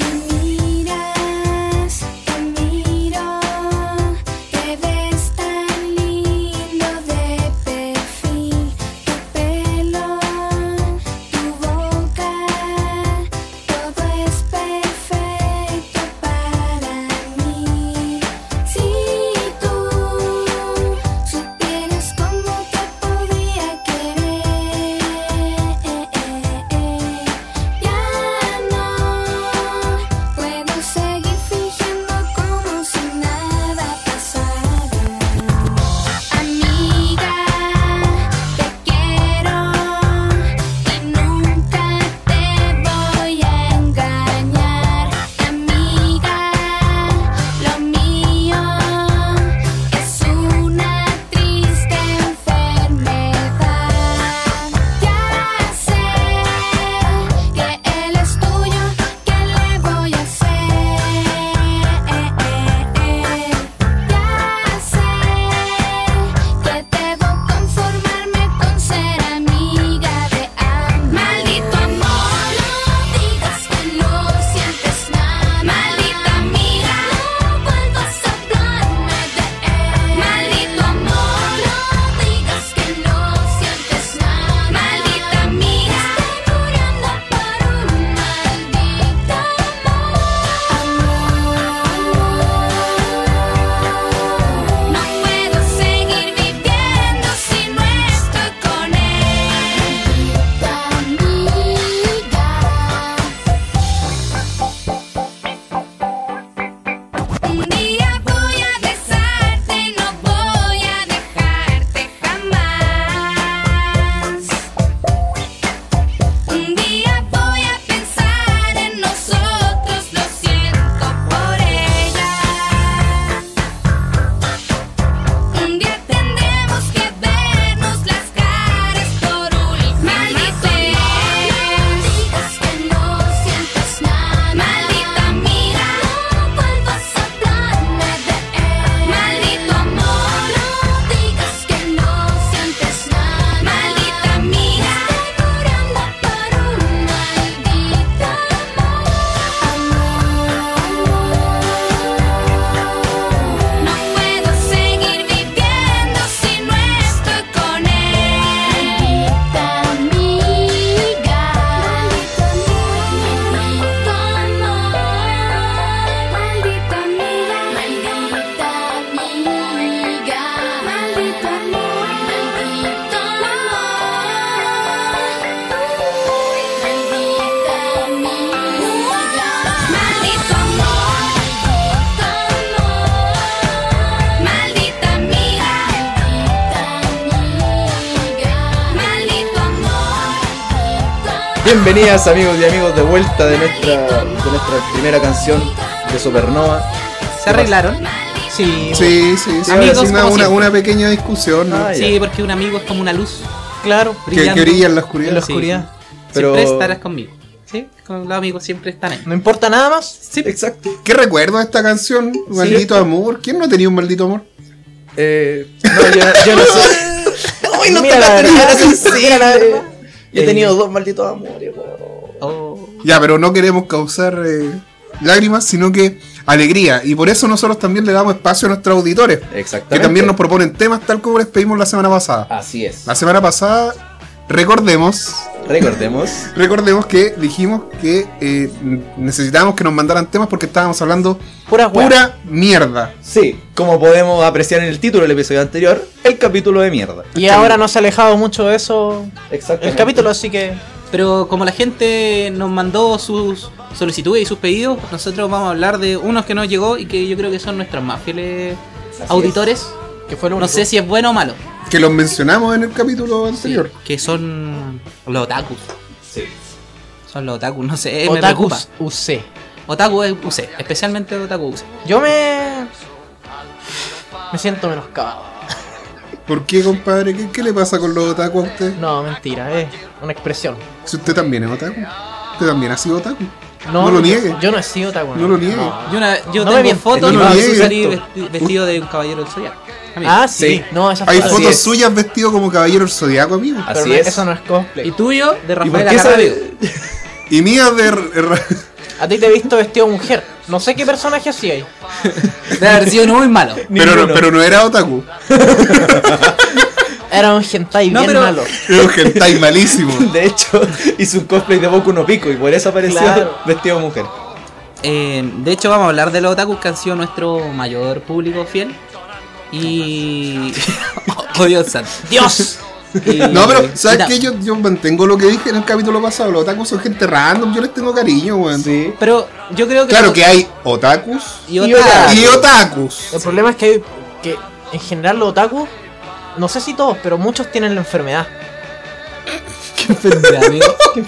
Speaker 5: Me miras, te miro, te ves tan lindo de perfil, tu pelo, tu boca, todo es perfecto para mí. Si tú supieras cómo te podía querer, ya no.
Speaker 1: Bienvenidas amigos y amigos de vuelta de nuestra, de nuestra primera canción de Supernova.
Speaker 4: ¿Se arreglaron?
Speaker 2: Sí,
Speaker 3: Sí, sí, sí.
Speaker 4: Amigos,
Speaker 3: sí, una,
Speaker 4: como
Speaker 3: una,
Speaker 4: siempre.
Speaker 3: una pequeña discusión ¿no?
Speaker 1: Ah, ya.
Speaker 4: Sí, porque un amigo es como una luz.
Speaker 2: claro.
Speaker 3: que,
Speaker 4: brillando.
Speaker 3: que brilla en la
Speaker 2: En
Speaker 3: oscuridad.
Speaker 2: la
Speaker 4: Sí.
Speaker 2: oscuridad.
Speaker 1: Pero-
Speaker 4: Siempre estarás conmigo. Sí, con los amigos siempre están ahí.
Speaker 2: No importa nada más.
Speaker 4: Sí,
Speaker 1: Exacto.
Speaker 3: ¿Qué recuerdo de esta canción? Maldito amor. ¿Quién no tenía un maldito amor?
Speaker 1: Eh, no, yo, yo no soy.
Speaker 2: Uy, no te la Mira la verdad.
Speaker 1: Yo he tenido dos malditos amores, weón.
Speaker 4: Oh,
Speaker 3: Ya, pero no queremos causar eh, lágrimas, sino que alegría. Y por eso nosotros también le damos espacio a nuestros auditores,
Speaker 1: Exactamente.
Speaker 3: que también nos Ah. proponen temas tal como les pedimos la semana pasada.
Speaker 1: Así es.
Speaker 3: La semana pasada, recordemos,
Speaker 1: Recordemos.
Speaker 3: recordemos que dijimos que eh, necesitábamos que nos mandaran temas porque estábamos hablando
Speaker 2: Pura weá.
Speaker 3: pura mierda.
Speaker 1: Sí, como podemos apreciar en el título del episodio anterior, el capítulo de mierda.
Speaker 2: Y ahora no se ha alejado mucho de eso
Speaker 1: Exacto.
Speaker 2: el capítulo, así que
Speaker 4: Pero como la gente nos mandó sus solicitudes y sus pedidos, nosotros vamos a hablar de unos que nos llegó y que yo creo que son nuestros más fieles auditores.
Speaker 2: que fue lo
Speaker 4: No sé si es bueno o malo.
Speaker 3: Que los mencionamos en el capítulo
Speaker 4: Sí,
Speaker 3: anterior.
Speaker 4: que son los otakus.
Speaker 1: Sí.
Speaker 4: Son los otakus, no
Speaker 2: Eh,
Speaker 4: sé, me preocupa.
Speaker 2: Otakus UC.
Speaker 4: Otaku es UC, especialmente otaku UC.
Speaker 2: Yo me me siento menoscabado.
Speaker 3: ¿Por qué, compadre? ¿Qué, qué le pasa con los otaku a usted?
Speaker 2: No, mentira, es una expresión.
Speaker 3: Si usted también es otaku. Usted también ha sido otaku.
Speaker 2: No,
Speaker 3: No lo
Speaker 2: yo-
Speaker 3: niegue.
Speaker 2: Yo no he sido otaku.
Speaker 3: No lo niegue.
Speaker 4: Yo, una, yo
Speaker 2: No me
Speaker 4: tengo
Speaker 2: mientas.
Speaker 4: fotos
Speaker 3: No
Speaker 4: de
Speaker 3: lo
Speaker 4: cuando
Speaker 3: niegues.
Speaker 4: salí vesti- vestido de un caballero del zodiaco. Amigo.
Speaker 2: Ah, sí.
Speaker 1: Sí.
Speaker 2: No, esa
Speaker 3: Hay
Speaker 1: Así
Speaker 3: fotos
Speaker 1: es.
Speaker 3: suyas vestido como caballero del zodiaco, amigo.
Speaker 1: Así
Speaker 2: pero no-
Speaker 1: es.
Speaker 2: eso no es cosplay.
Speaker 4: Y tuyo, de
Speaker 1: ¿Y por
Speaker 4: Rafael
Speaker 1: qué
Speaker 4: Acarrado.
Speaker 1: sabe?
Speaker 3: Y mía de. r-
Speaker 2: A ti te he visto vestido de mujer. No sé qué personaje hacía ahí.
Speaker 4: Debe haber sido muy malo.
Speaker 3: Pero no,
Speaker 1: Ninguno.
Speaker 3: pero no era otaku.
Speaker 2: Era un hentai
Speaker 4: No,
Speaker 2: bien
Speaker 4: pero-
Speaker 2: malo.
Speaker 3: Era un hentai malísimo.
Speaker 1: De hecho, hizo un cosplay de Boku no Pico y por eso apareció
Speaker 2: Claro.
Speaker 1: vestido de mujer.
Speaker 4: Eh, de hecho, vamos a hablar de los otakus que han sido nuestro mayor público fiel. Y. oh, Dios santo.
Speaker 2: Dios.
Speaker 4: Y-
Speaker 3: No, pero ¿sabes
Speaker 4: Mira,
Speaker 3: qué? Yo, yo mantengo lo que dije en el capítulo pasado. Los otakus son gente random. Yo les tengo cariño, weón.
Speaker 1: Sí.
Speaker 4: Pero yo creo que.
Speaker 3: Claro que hay otakus
Speaker 4: Y
Speaker 1: y
Speaker 4: otakus.
Speaker 1: otakus.
Speaker 3: y otakus.
Speaker 2: El problema es que, hay- que en general los otakus, no sé si todos, pero muchos tienen la enfermedad.
Speaker 4: Qué enfermedad, amigo.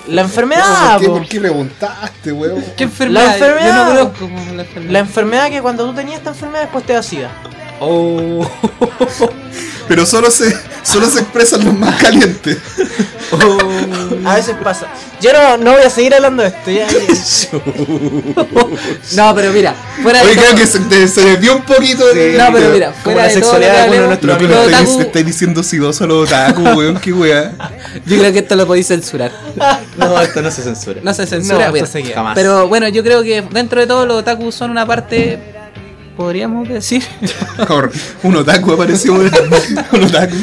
Speaker 2: La
Speaker 3: No,
Speaker 2: enfermedad,
Speaker 3: ¿por, qué,
Speaker 2: po.
Speaker 3: por qué preguntaste, weón?
Speaker 4: Qué enfermedad.
Speaker 2: La enfermedad.
Speaker 4: Yo no conozco como la enfermedad.
Speaker 2: la enfermedad que cuando tú tenías esta enfermedad después te da sida.
Speaker 4: Oh.
Speaker 3: Pero solo se, solo se expresan los más calientes. Oh.
Speaker 2: A veces pasa. Yo no, no voy a seguir hablando de esto. ya-
Speaker 4: No, pero mira. Fuera de
Speaker 3: Oye,
Speaker 4: todo-
Speaker 3: creo que se, te- se desvió un poquito. el-
Speaker 4: No, pero mira.
Speaker 1: Como
Speaker 4: Fuera
Speaker 1: la
Speaker 4: de todo lo que
Speaker 1: sexualidad de alguno de
Speaker 4: hablemos,
Speaker 1: nuestros
Speaker 3: No, pero
Speaker 1: amigos.
Speaker 4: los
Speaker 3: estáis-
Speaker 4: otaku-
Speaker 3: estáis diciendo sidoso a los otaku, weón. Qué weá.
Speaker 4: Yo creo que esto lo podéis censurar.
Speaker 1: No, esto no se censura.
Speaker 4: No se censura,
Speaker 2: No,
Speaker 4: mira.
Speaker 2: esto se queda.
Speaker 1: Jamás.
Speaker 4: Pero bueno, yo creo que dentro de todo los otakus son una parte. Podríamos decir.
Speaker 3: Cabrón, Un otaku apareció, weón. Un otaku.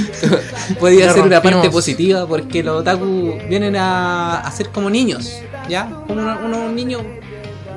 Speaker 4: Podría
Speaker 2: La
Speaker 4: ser una
Speaker 2: rompimos.
Speaker 4: parte positiva porque los otaku vienen a, a ser como niños, ¿ya? Como uno- uno- un niño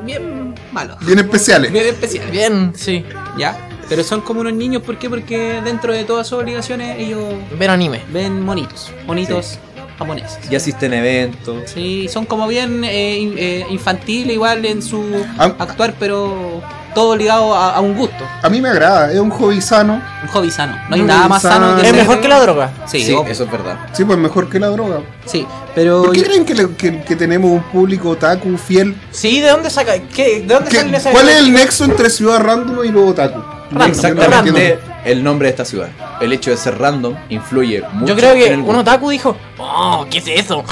Speaker 4: bien malo,
Speaker 3: Bien especiales.
Speaker 4: bien especial, bien,
Speaker 2: Bien, sí.
Speaker 4: ¿ya? Pero son como unos niños, ¿por qué? Porque dentro de todas sus obligaciones ellos
Speaker 2: Ver anime.
Speaker 4: ven monitos, monitos japoneses.
Speaker 1: Y asisten a eventos.
Speaker 4: Sí, son como bien eh, in- eh, infantiles igual en su
Speaker 3: Am-
Speaker 4: actuar, pero todo ligado a, a un gusto,
Speaker 3: A mí me agrada, es un hobby sano.
Speaker 4: un hobby sano. No hay
Speaker 3: Un
Speaker 4: nada
Speaker 3: hobby
Speaker 4: más sano
Speaker 3: sano.
Speaker 2: Es
Speaker 4: que ser-
Speaker 2: mejor que la droga.
Speaker 4: Sí,
Speaker 1: Sí,
Speaker 4: obvio.
Speaker 1: eso es verdad.
Speaker 3: Sí, pues mejor que la droga.
Speaker 4: sí, pero
Speaker 3: ¿Por qué
Speaker 4: yo-
Speaker 3: creen que, le- que- que tenemos un público otaku fiel?
Speaker 2: Sí, ¿de dónde saca? ¿Qué? ¿De dónde
Speaker 3: ¿Qué-
Speaker 2: salen esas
Speaker 3: ¿Cuál es el nexo entre Ciudad Random y los otaku? Yo no- yo no
Speaker 1: Exactamente
Speaker 3: entiendo.
Speaker 1: el nombre de esta ciudad. El hecho de ser random influye mucho.
Speaker 2: Yo creo
Speaker 1: en
Speaker 2: que
Speaker 1: el
Speaker 2: un
Speaker 1: gusto.
Speaker 2: otaku dijo, oh, ¿qué es eso?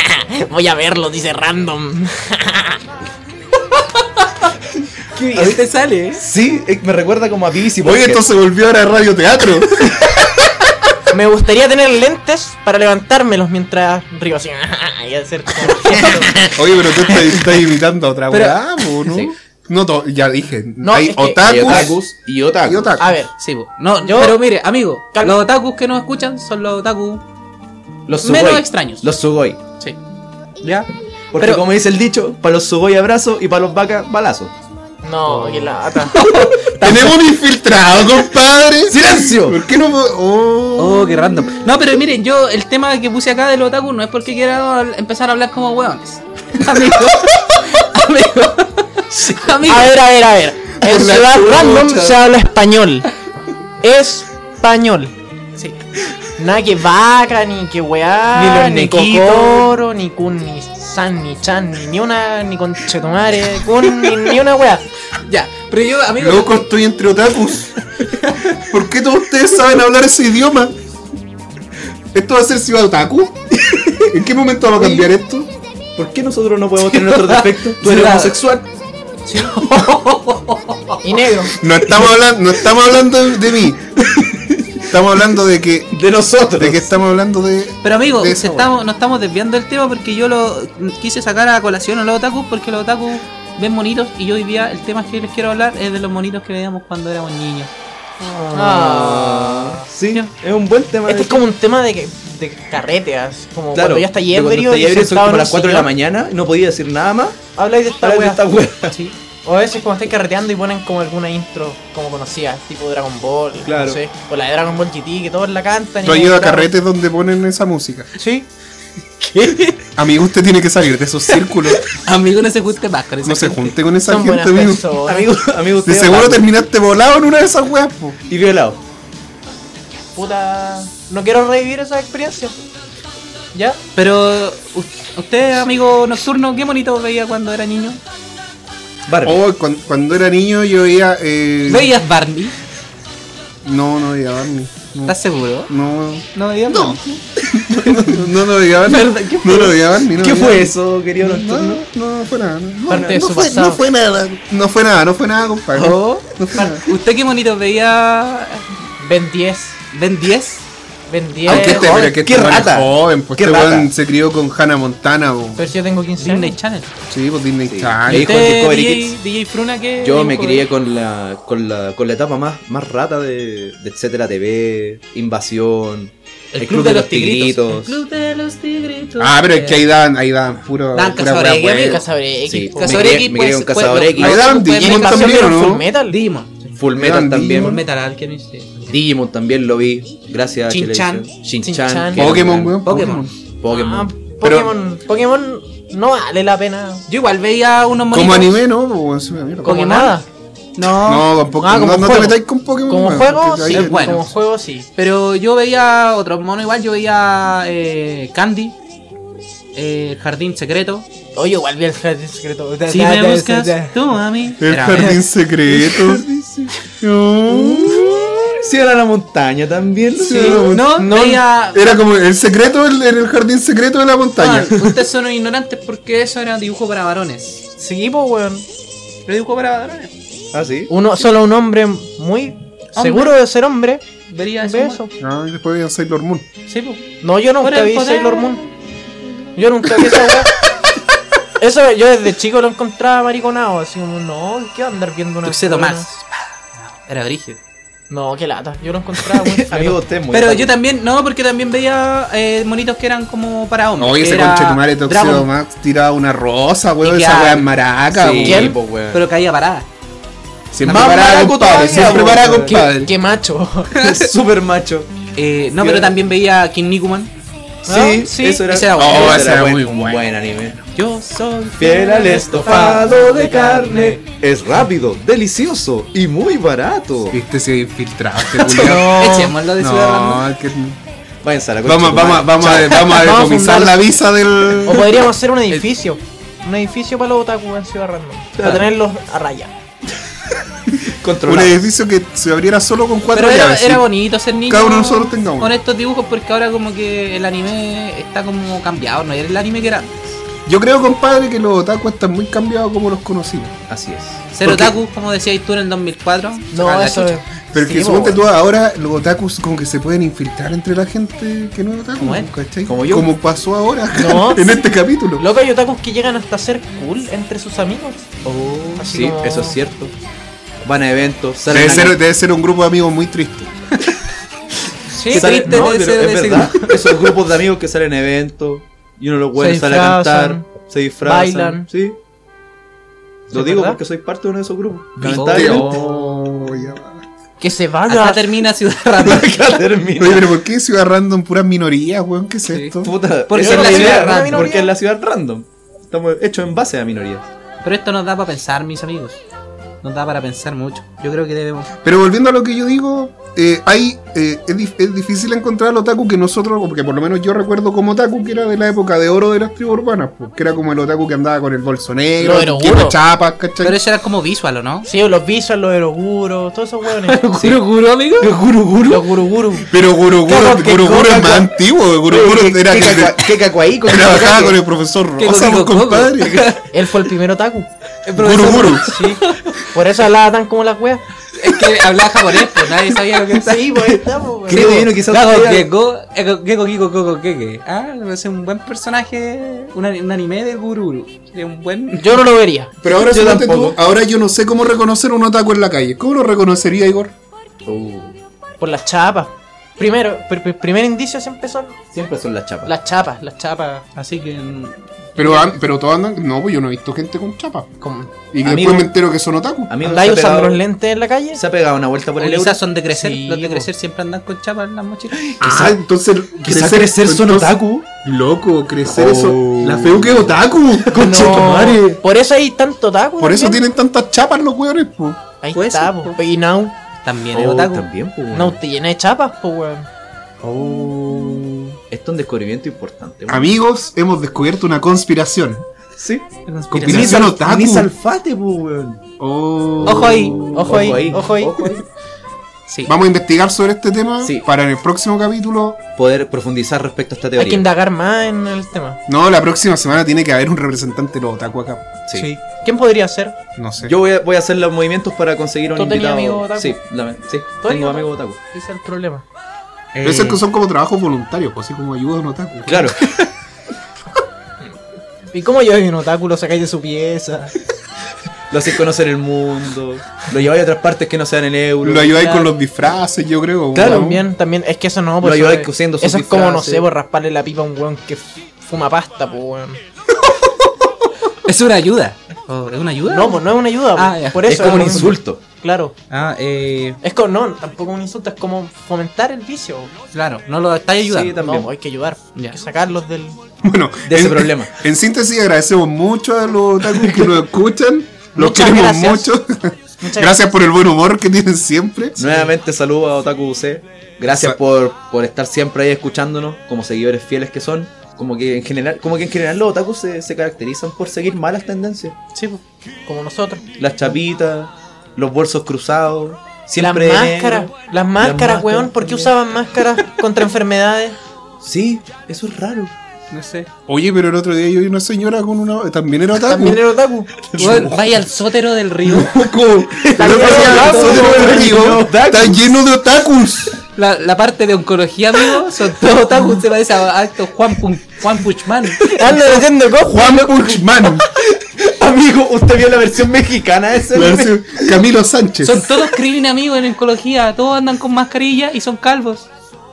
Speaker 2: Voy a verlo, dice random.
Speaker 4: a ti te sale, ¿eh?
Speaker 1: Sí, eh, me recuerda como a BBC.
Speaker 3: Oye,
Speaker 1: Pocket.
Speaker 3: esto se volvió ahora radio teatro.
Speaker 2: Me gustaría tener lentes para levantármelos mientras río así. y hacer como-
Speaker 3: Oye, pero tú estás, estás imitando a otra
Speaker 4: Pero-
Speaker 3: weá, po, ¿no?
Speaker 1: Sí.
Speaker 3: No, to- ya dije.
Speaker 2: No,
Speaker 3: hay
Speaker 2: es que-
Speaker 1: Hay
Speaker 3: otakus, Ah,
Speaker 1: otakus y otakus.
Speaker 3: y otaku.
Speaker 2: A ver,
Speaker 4: Sí, po. no,
Speaker 2: Yo-
Speaker 4: pero mire, amigo,
Speaker 2: Cal-
Speaker 4: los otakus que nos escuchan son los otakus.
Speaker 1: Los sugoi.
Speaker 4: Menos extraños.
Speaker 1: Los sugoi.
Speaker 4: Sí. ¿Ya?
Speaker 1: Porque
Speaker 4: Pero-
Speaker 1: como dice el dicho, para los sugoi abrazo y para los vacas balazo.
Speaker 2: no, que la ata.
Speaker 3: Tenemos un infiltrado, compadre.
Speaker 1: ¡Silencio!
Speaker 3: ¿Por qué no.? po- Oh.
Speaker 4: Oh, qué random. No, pero miren, yo el tema que puse acá de los otakus no es porque quiera al- empezar a hablar como hueones. Amigo. amigo. amigo.
Speaker 2: A ver, a ver, a ver. En
Speaker 3: Por la
Speaker 2: Ciudad
Speaker 3: chucha.
Speaker 2: Random se habla español. Español.
Speaker 4: Sí.
Speaker 2: Nada que vaca, ni que weá,
Speaker 1: Ni los
Speaker 2: ni
Speaker 1: nequitos.
Speaker 2: cocoro, ni cunis. san, ni chan, ni, ni una, ni conchetumare, kun, ni, ni una wea.
Speaker 4: Ya, pero yo, amigo.
Speaker 3: Loco, estoy entre otakus. ¿Por qué todos ustedes saben hablar ese idioma? ¿Esto va a ser ciudad otaku? ¿En qué momento vamos a cambiar esto?
Speaker 1: ¿Por qué nosotros no podemos tener nuestros defectos? Tú eres
Speaker 2: Ciudad.
Speaker 1: homosexual.
Speaker 2: Y negro.
Speaker 3: No estamos hablando, no estamos hablando de mí. Estamos hablando de que.
Speaker 1: De nosotros.
Speaker 3: ¿De qué estamos hablando de.?
Speaker 4: Pero amigo,
Speaker 3: de esa
Speaker 4: se estamos, nos estamos desviando del tema porque yo lo quise sacar a colación a los otakus porque los otakus ven monitos y yo hoy día el tema que les quiero hablar es de los monitos que veíamos cuando éramos niños.
Speaker 2: Ah.
Speaker 1: Sí, es un buen tema.
Speaker 2: Este
Speaker 1: de-
Speaker 2: es como un tema de, que- de carreteas. Como cuando ya está
Speaker 1: de cuando
Speaker 2: ebrio
Speaker 1: está
Speaker 2: y
Speaker 1: ebrio, son
Speaker 2: sentado
Speaker 1: como
Speaker 2: en
Speaker 1: las
Speaker 2: un
Speaker 1: 4 de la
Speaker 2: sillón,
Speaker 1: mañana, no podía decir nada más.
Speaker 2: Habláis de esta
Speaker 1: Hablar de
Speaker 2: wea.
Speaker 1: esta wea.
Speaker 4: Sí.
Speaker 2: O a veces como estáis carreteando y ponen como alguna intro como conocida, tipo Dragon Ball,
Speaker 1: Claro.
Speaker 2: no sé, o la de Dragon Ball GT que todos la cantan.
Speaker 3: ¿Tú has ido a carretes donde ponen esa música?
Speaker 2: Sí.
Speaker 3: Amigo, usted tiene que salir de esos círculos.
Speaker 4: Amigo, no se junte más con esa
Speaker 3: No se
Speaker 4: gente.
Speaker 3: junte con esa
Speaker 2: Son
Speaker 3: gente,
Speaker 2: buenas
Speaker 3: amigo.
Speaker 2: personas.
Speaker 1: Amigo,
Speaker 3: De
Speaker 1: amigo, usted
Speaker 3: seguro
Speaker 1: hablando.
Speaker 3: terminaste volado en una de esas weas, po.
Speaker 1: Y violado.
Speaker 2: Puta, no quiero revivir esa experiencia. ¿Ya?
Speaker 4: Pero, u- usted, amigo nocturno, ¿qué monito veía cuando era niño?
Speaker 1: Barbie.
Speaker 3: Oh, cuan- cuando, era niño yo veía. eh,
Speaker 4: ¿Veías Barney?
Speaker 3: No, no veía Barney. No,
Speaker 4: ¿Estás seguro?
Speaker 3: no, no,
Speaker 4: No veías Barney.
Speaker 3: no, no lo veía Barney.
Speaker 4: ¿Verdad? ¿Qué
Speaker 3: No lo veía Barney. no
Speaker 1: ¿Qué
Speaker 3: veía
Speaker 1: fue
Speaker 3: Barney.
Speaker 1: eso, querido
Speaker 3: No,
Speaker 1: nocturno?
Speaker 3: no, no fue nada. No,
Speaker 2: Parte de
Speaker 3: no
Speaker 2: su
Speaker 3: fue,
Speaker 2: pasado.
Speaker 3: no fue nada. No fue nada, no fue nada, compadre.
Speaker 1: Oh.
Speaker 3: No fue nada.
Speaker 4: ¿Usted qué monito veía?
Speaker 2: Ben 10.
Speaker 4: ¿Ben 10?
Speaker 2: Ben 10.
Speaker 3: Aunque este,
Speaker 1: joven,
Speaker 3: mira, que
Speaker 1: qué
Speaker 3: este weón es
Speaker 1: rata.
Speaker 3: joven, pues
Speaker 1: Qué
Speaker 3: este
Speaker 1: rata.
Speaker 3: weón se crió con Hannah Montana, po.
Speaker 2: Pero si yo tengo 15
Speaker 4: Disney
Speaker 2: años.
Speaker 4: Channel.
Speaker 3: Sí, pues Disney
Speaker 1: Sí.
Speaker 3: Channel.
Speaker 1: Le dijo en
Speaker 4: ¿Usted,
Speaker 1: Discovery
Speaker 4: DJ,
Speaker 1: Kids.
Speaker 4: DJ Fruna, qué
Speaker 1: Yo
Speaker 4: dibujo
Speaker 1: me
Speaker 4: veía?
Speaker 1: crié con la, con la, con la etapa más, más rata de, de Etcétera TV, Invasión,
Speaker 4: El, club, de, los tigritos. El club de los tigritos.
Speaker 3: Ah, pero es que ahí daban, ahí daban puro.
Speaker 4: Dan
Speaker 3: pura
Speaker 4: Cazador,
Speaker 3: wea,
Speaker 4: amigo.
Speaker 3: wea.
Speaker 2: Casabre
Speaker 1: Sí,
Speaker 2: X. po.
Speaker 1: me
Speaker 4: Cazador
Speaker 1: crié-
Speaker 4: X,
Speaker 1: me crié
Speaker 4: pues,
Speaker 1: con Cazador
Speaker 4: pues,
Speaker 1: X.
Speaker 4: los-
Speaker 3: Ahí dan
Speaker 4: pues,
Speaker 3: Digimon
Speaker 4: los-
Speaker 3: también, ¿o no?
Speaker 2: Full Metal.
Speaker 4: Digimon.
Speaker 1: Full
Speaker 3: Eran
Speaker 1: Metal
Speaker 4: Full
Speaker 1: también.
Speaker 3: Digimon.
Speaker 4: Metal Alchemist. sí.
Speaker 1: Digimon también lo vi, gracias a
Speaker 4: Shin-chan.
Speaker 1: Chilevisión. Shin-chan.
Speaker 2: Shin-chan.
Speaker 1: que era
Speaker 3: Pokémon,
Speaker 1: un-
Speaker 3: weón.
Speaker 4: Pokémon.
Speaker 2: Ah,
Speaker 1: Pokémon. Pero-
Speaker 2: Pokémon, Pokémon no vale la pena.
Speaker 4: Yo igual veía unos monitos.
Speaker 3: Como anime, no, po, weón, es una mierda.
Speaker 2: Como
Speaker 4: Pokémon.
Speaker 2: nada.
Speaker 4: No.
Speaker 3: No, tampoco.
Speaker 2: Ah, como
Speaker 3: no, no te
Speaker 2: juego.
Speaker 3: metáis con Pokémon.
Speaker 2: Como
Speaker 3: weón,
Speaker 2: juego,
Speaker 3: porque ahí
Speaker 2: sí.
Speaker 4: es bueno.
Speaker 2: Como juego, sí.
Speaker 4: Pero yo veía otro mono igual. Yo veía eh, Candy. Eh, Jardín Secreto.
Speaker 2: Oye, igual vi el jardín secreto.
Speaker 4: Si me buscas tú a mí.
Speaker 3: El
Speaker 4: Era-
Speaker 3: jardín secreto.
Speaker 1: Sí, era la montaña también.
Speaker 3: Sí,
Speaker 1: Sí.
Speaker 4: No,
Speaker 3: no,
Speaker 4: veía.
Speaker 3: Era como el secreto en el, jardín secreto de la montaña.
Speaker 4: Bueno, ustedes son unos ignorantes porque eso era dibujo para varones.
Speaker 2: Sí, po, weón.
Speaker 4: Era dibujo para varones.
Speaker 1: Ah, sí.
Speaker 2: Uno, solo un hombre muy seguro de ser hombre
Speaker 4: Vería eso.
Speaker 2: ve eso.
Speaker 3: Ah, y después veían Sailor Moon.
Speaker 4: Sí, pues.
Speaker 2: No, yo
Speaker 4: Por
Speaker 2: nunca
Speaker 4: el
Speaker 2: vi
Speaker 4: poder.
Speaker 2: Sailor Moon. Yo nunca vi esa weá. Eso yo desde chico lo encontraba mariconado, así como, no, ¿qué va a andar viendo una
Speaker 4: Tuxedo
Speaker 2: weá?
Speaker 4: Max. Era brígido.
Speaker 2: No, qué lata, yo lo encontraba, weón.
Speaker 1: Amigo, usted es muy
Speaker 4: Pero
Speaker 1: raro.
Speaker 4: yo también, no, porque también veía eh, monitos que eran como para hombres.
Speaker 3: Oye,
Speaker 4: que
Speaker 3: ese
Speaker 4: era
Speaker 3: conchetumare Toxedo
Speaker 4: Dragon-
Speaker 3: Max tiraba una rosa, weón.
Speaker 4: Y
Speaker 3: Esa
Speaker 4: que-
Speaker 3: weá es maraca,
Speaker 1: Sí,
Speaker 3: weón.
Speaker 1: po, weón.
Speaker 4: Pero caía parada.
Speaker 3: Siempre
Speaker 1: Más
Speaker 3: para
Speaker 1: maraco
Speaker 3: compadre.
Speaker 1: todavía,
Speaker 3: Siempre
Speaker 1: weón.
Speaker 3: para
Speaker 1: Qué-
Speaker 3: compadre.
Speaker 2: Qué macho.
Speaker 1: super macho.
Speaker 4: Eh, no, pero también veía King Nikuman.
Speaker 1: Sí,
Speaker 2: Ah,
Speaker 1: sí,
Speaker 2: sí,
Speaker 1: eso era,
Speaker 4: ese era
Speaker 3: bueno. Oh,
Speaker 1: ese
Speaker 3: ese
Speaker 1: era
Speaker 3: era
Speaker 1: buen-
Speaker 3: muy
Speaker 1: un
Speaker 3: bueno.
Speaker 1: buen anime.
Speaker 4: Yo soy
Speaker 1: Fiel al estofado de carne. Es rápido, delicioso y muy barato.
Speaker 3: Viste si infiltrado este culiao.
Speaker 4: Echémoslo de Ciudad Random.
Speaker 3: No, es que-
Speaker 1: Váyanse a la concha
Speaker 3: Vamos,
Speaker 1: de tu
Speaker 3: vamos,
Speaker 1: madre.
Speaker 3: vamos, a, vamos a
Speaker 2: Vamos a
Speaker 3: decomisar
Speaker 2: fundar-
Speaker 3: la visa del.
Speaker 2: O podríamos hacer un edificio. Un edificio para los otaku en Ciudad Random. Para tenerlos a raya.
Speaker 3: Un
Speaker 1: Controlado.
Speaker 3: edificio que se abriera solo con cuatro
Speaker 4: Pero era,
Speaker 3: llaves.
Speaker 4: era
Speaker 3: sí.
Speaker 4: bonito ser niño
Speaker 3: Cada uno de nosotros tenga uno.
Speaker 4: con estos dibujos porque ahora como que el anime está como cambiado, no era el anime que era.
Speaker 3: Yo creo, compadre, que los otaku están muy cambiados como los conocimos.
Speaker 1: Así es.
Speaker 4: Ser
Speaker 3: Porque-
Speaker 4: otaku, como decías tú en el 2004.
Speaker 2: No,
Speaker 4: a Ah, la
Speaker 2: eso
Speaker 4: chucha.
Speaker 2: es.
Speaker 3: Pero
Speaker 2: Sí,
Speaker 3: que
Speaker 2: po,
Speaker 3: suponte
Speaker 2: weón.
Speaker 3: tú ahora, los otakus como que se pueden infiltrar entre la gente que no es otaku.
Speaker 4: Como él.
Speaker 3: ¿cachai?
Speaker 1: Como yo.
Speaker 3: Como pasó ahora
Speaker 2: No.
Speaker 3: en este capítulo.
Speaker 2: Loco, hay otakus que llegan hasta ser cool entre sus amigos. Así
Speaker 1: Sí,
Speaker 2: como-
Speaker 1: eso es cierto. Van a eventos, salen
Speaker 3: Debe
Speaker 1: a-
Speaker 3: ser, debe ser un grupo de amigos muy triste.
Speaker 4: Sí,
Speaker 1: salen-
Speaker 4: triste
Speaker 1: no,
Speaker 4: de
Speaker 1: pero
Speaker 4: ser de
Speaker 1: es
Speaker 4: ese
Speaker 1: verdad. Esos grupos de amigos que salen a eventos y uno los puede
Speaker 2: Se
Speaker 1: sale a cantar,
Speaker 2: disfrazan,
Speaker 1: se disfrazan.
Speaker 2: bailan.
Speaker 1: Sí. Lo
Speaker 2: ¿Es
Speaker 1: digo
Speaker 2: verdad?
Speaker 1: porque soy parte de uno de esos grupos.
Speaker 4: Vivo.
Speaker 1: Lamentablemente.
Speaker 3: Oh, ya va.
Speaker 2: Que se
Speaker 4: Acá
Speaker 2: vaga.
Speaker 4: termina Ciudad Random.
Speaker 1: Acá termina.
Speaker 3: Oye, pero ¿por qué Ciudad Random puras minorías, weón? ¿Qué es
Speaker 4: Sí.
Speaker 3: esto?
Speaker 1: Puta,
Speaker 4: Porque
Speaker 1: eso
Speaker 4: es
Speaker 1: no
Speaker 4: la
Speaker 1: es
Speaker 4: ciudad
Speaker 1: idea,
Speaker 2: random.
Speaker 1: Porque es la ciudad random. Estamos hechos en base a minorías.
Speaker 4: Pero esto nos da para pensar, mis amigos. Nos da para pensar mucho. Yo creo que debemos.
Speaker 3: Pero volviendo a lo que yo digo, eh, hay, eh, es, dif- es difícil encontrar al otaku que nosotros, porque por lo menos yo recuerdo como otaku que era de la época de oro de las tribus urbanas, pues, que era como el otaku que andaba con el bolso negro,
Speaker 2: No, era
Speaker 3: que
Speaker 2: uno.
Speaker 3: chapas, ¿cachai?
Speaker 4: Pero eso era como visual, ¿o no?
Speaker 2: Sí, los visuals, los eroguro, todos esos hueones.
Speaker 4: ¿Juro, juro, amigo?
Speaker 2: Los guruguru.
Speaker 3: Pero Guruguru,
Speaker 1: Claro, que
Speaker 3: Guruguru
Speaker 1: Coca-
Speaker 3: es más antiguo, Guruguru era que, que,
Speaker 1: Qué cacuaí con
Speaker 3: trabajaba con el profesor
Speaker 4: Que
Speaker 3: Rosa,
Speaker 4: Coca-
Speaker 3: pues, compadre.
Speaker 2: Él fue el primer otaku.
Speaker 3: Guruguru.
Speaker 2: Sí. Por eso hablaba tan como las weas.
Speaker 4: Es que hablaba japonés, pues nadie sabía lo que decía.
Speaker 2: Sí, pues ahí estamos, weón.
Speaker 1: Qué
Speaker 4: Sí,
Speaker 1: divino,
Speaker 4: po.
Speaker 1: quizás
Speaker 4: Gago,
Speaker 1: usted-
Speaker 4: Gekko, Eko- Gekko, Kiko, Koko, Keke. Ah, me parece un buen personaje, un, ani- un anime de Gururu. Sería un buen...
Speaker 2: Yo no lo vería.
Speaker 3: Pero ahora,
Speaker 1: Yo
Speaker 3: suponte tú,
Speaker 1: tampoco.
Speaker 3: ahora yo no sé cómo reconocer un otaku en la calle. ¿Cómo lo reconocería, Igor?
Speaker 1: Uh,
Speaker 2: Por las chapas. Primero, pr- pr- primer indicio siempre son
Speaker 1: siempre son las chapas.
Speaker 2: las chapas, las chapas.
Speaker 4: Así que... mm,
Speaker 3: Pero, an- pero todos andan. No, pues yo no he visto gente con chapa.
Speaker 2: Como,
Speaker 3: Y que
Speaker 1: Amigo.
Speaker 3: después me entero que son otaku.
Speaker 1: A mí
Speaker 2: ¿Andáis usando los lentes en la calle?
Speaker 1: se ha pegado una vuelta por
Speaker 4: o
Speaker 1: el euro.
Speaker 4: quizás son de crecer,
Speaker 2: Sí,
Speaker 4: los de
Speaker 2: po.
Speaker 4: crecer siempre andan con chapas en las mochilas.
Speaker 3: Ah, entonces.
Speaker 1: Quizás crecer son
Speaker 3: entonces-
Speaker 1: otaku.
Speaker 3: Loco, crecer
Speaker 1: Oh.
Speaker 3: eso. La feo que es otaku. Concha tu madre.
Speaker 2: No, por eso hay tanto otaku.
Speaker 3: Por eso
Speaker 2: también.
Speaker 3: tienen tantas chapas los weones, po.
Speaker 2: Ahí
Speaker 4: Pues
Speaker 2: está,
Speaker 4: sí,
Speaker 2: po. Y Now,
Speaker 4: También es
Speaker 1: Oh,
Speaker 4: otaku.
Speaker 1: también, pues, bueno.
Speaker 2: Now te llena de chapas, pues weón.
Speaker 1: Oh. Esto es un descubrimiento importante. bueno.
Speaker 3: Amigos, hemos descubierto una conspiración.
Speaker 1: Sí.
Speaker 3: Conspiración otaku.
Speaker 1: Ni Salfate, pues, weón.
Speaker 3: Oh.
Speaker 4: Ojo ahí,
Speaker 2: ojo ahí, ojo ahí.
Speaker 4: Sí.
Speaker 3: Vamos a investigar sobre este tema
Speaker 1: Sí.
Speaker 3: para en el próximo capítulo.
Speaker 1: Poder profundizar respecto a esta
Speaker 2: Hay que
Speaker 1: teoría.
Speaker 2: indagar más en el tema.
Speaker 3: No, la próxima semana tiene que haber un representante de los otaku acá.
Speaker 1: Sí.
Speaker 2: ¿Quién podría ser?
Speaker 3: No sé.
Speaker 1: Yo voy a, voy a hacer los movimientos para conseguir un
Speaker 2: ¿Tú tenías
Speaker 1: invitado.
Speaker 2: amigo otaku?
Speaker 1: Sí, la- sí,
Speaker 2: ¿Tú
Speaker 1: tengo
Speaker 2: eres
Speaker 1: amigo otaku.
Speaker 2: Ese es el problema.
Speaker 3: Pero
Speaker 2: eh,
Speaker 3: esos que son como trabajos voluntarios, pues, así como ayuda a un otaku.
Speaker 1: Claro.
Speaker 2: ¿Y cómo yo un otaku lo sacáis de su pieza?
Speaker 1: Lo hacéis conocer el mundo. Lo lleváis a otras partes que no sean en euro.
Speaker 3: Lo ayudáis
Speaker 2: Claro.
Speaker 3: con los disfraces, yo creo.
Speaker 1: Claro.
Speaker 3: ¿no?
Speaker 2: También, también, es que eso no,
Speaker 1: Lo
Speaker 2: pues.
Speaker 1: ayudáis
Speaker 2: eso es-
Speaker 1: cosiendo sus
Speaker 2: Eso es como, no
Speaker 1: disfraces.
Speaker 2: sé, por rasparle la pipa a un weón que f- fuma pasta, pues weón.
Speaker 4: Es una ayuda. Oh, ¿Es una ayuda?
Speaker 2: No, pues no es una ayuda, po.
Speaker 4: Ah, ya.
Speaker 2: por eso.
Speaker 1: es como un
Speaker 2: lo mismo.
Speaker 1: insulto.
Speaker 2: Claro.
Speaker 4: Ah, eh...
Speaker 2: Es como, no, tampoco es un insulto, es como fomentar el vicio.
Speaker 4: Claro, no lo estáis ayudando.
Speaker 1: Sí, también.
Speaker 2: No, hay que ayudar,
Speaker 4: Ya.
Speaker 2: hay que sacarlos del.
Speaker 3: Bueno,
Speaker 1: De ese
Speaker 3: en-
Speaker 1: problema.
Speaker 3: En síntesis, agradecemos mucho a los otakus que nos escuchan. Los
Speaker 2: Muchas
Speaker 3: queremos
Speaker 2: gracias.
Speaker 3: mucho.
Speaker 2: Muchas
Speaker 3: gracias por el buen humor que tienen siempre.
Speaker 1: Nuevamente saludo a Otaku UC. Gracias
Speaker 3: Sa-
Speaker 1: por, por estar siempre ahí escuchándonos, como seguidores fieles que son. Como que en general, como que en general los otakus se, se caracterizan por seguir malas tendencias.
Speaker 2: Sí, po, como nosotros.
Speaker 1: Las chapitas, los bolsos cruzados,
Speaker 2: Las
Speaker 1: siempre de
Speaker 2: máscaras,
Speaker 1: negro.
Speaker 2: las máscaras,
Speaker 1: máscaras
Speaker 2: weón, ¿por qué
Speaker 1: también.
Speaker 2: usaban máscaras contra enfermedades?
Speaker 1: Sí, eso es raro.
Speaker 4: No sé.
Speaker 3: Oye, pero el otro día yo vi una señora con una. También era otaku.
Speaker 2: También era otaku.
Speaker 4: Bueno, vaya al sótero del río.
Speaker 3: Loco,
Speaker 2: También
Speaker 3: loco,
Speaker 2: era
Speaker 3: el
Speaker 2: otaku.
Speaker 3: sótano del río Está lleno de otakus.
Speaker 4: La, la parte de oncología, amigo, son todos otakus, se parece a, a estos Juan, Pun- Juan Puchman.
Speaker 2: Ando diciendo cojo.
Speaker 3: Juan Puchman.
Speaker 1: Amigo, usted vio la versión mexicana de ese.
Speaker 3: La versión- Camilo Sánchez.
Speaker 4: Son todos crimen, amigo, en oncología. Todos andan con mascarilla y son calvos.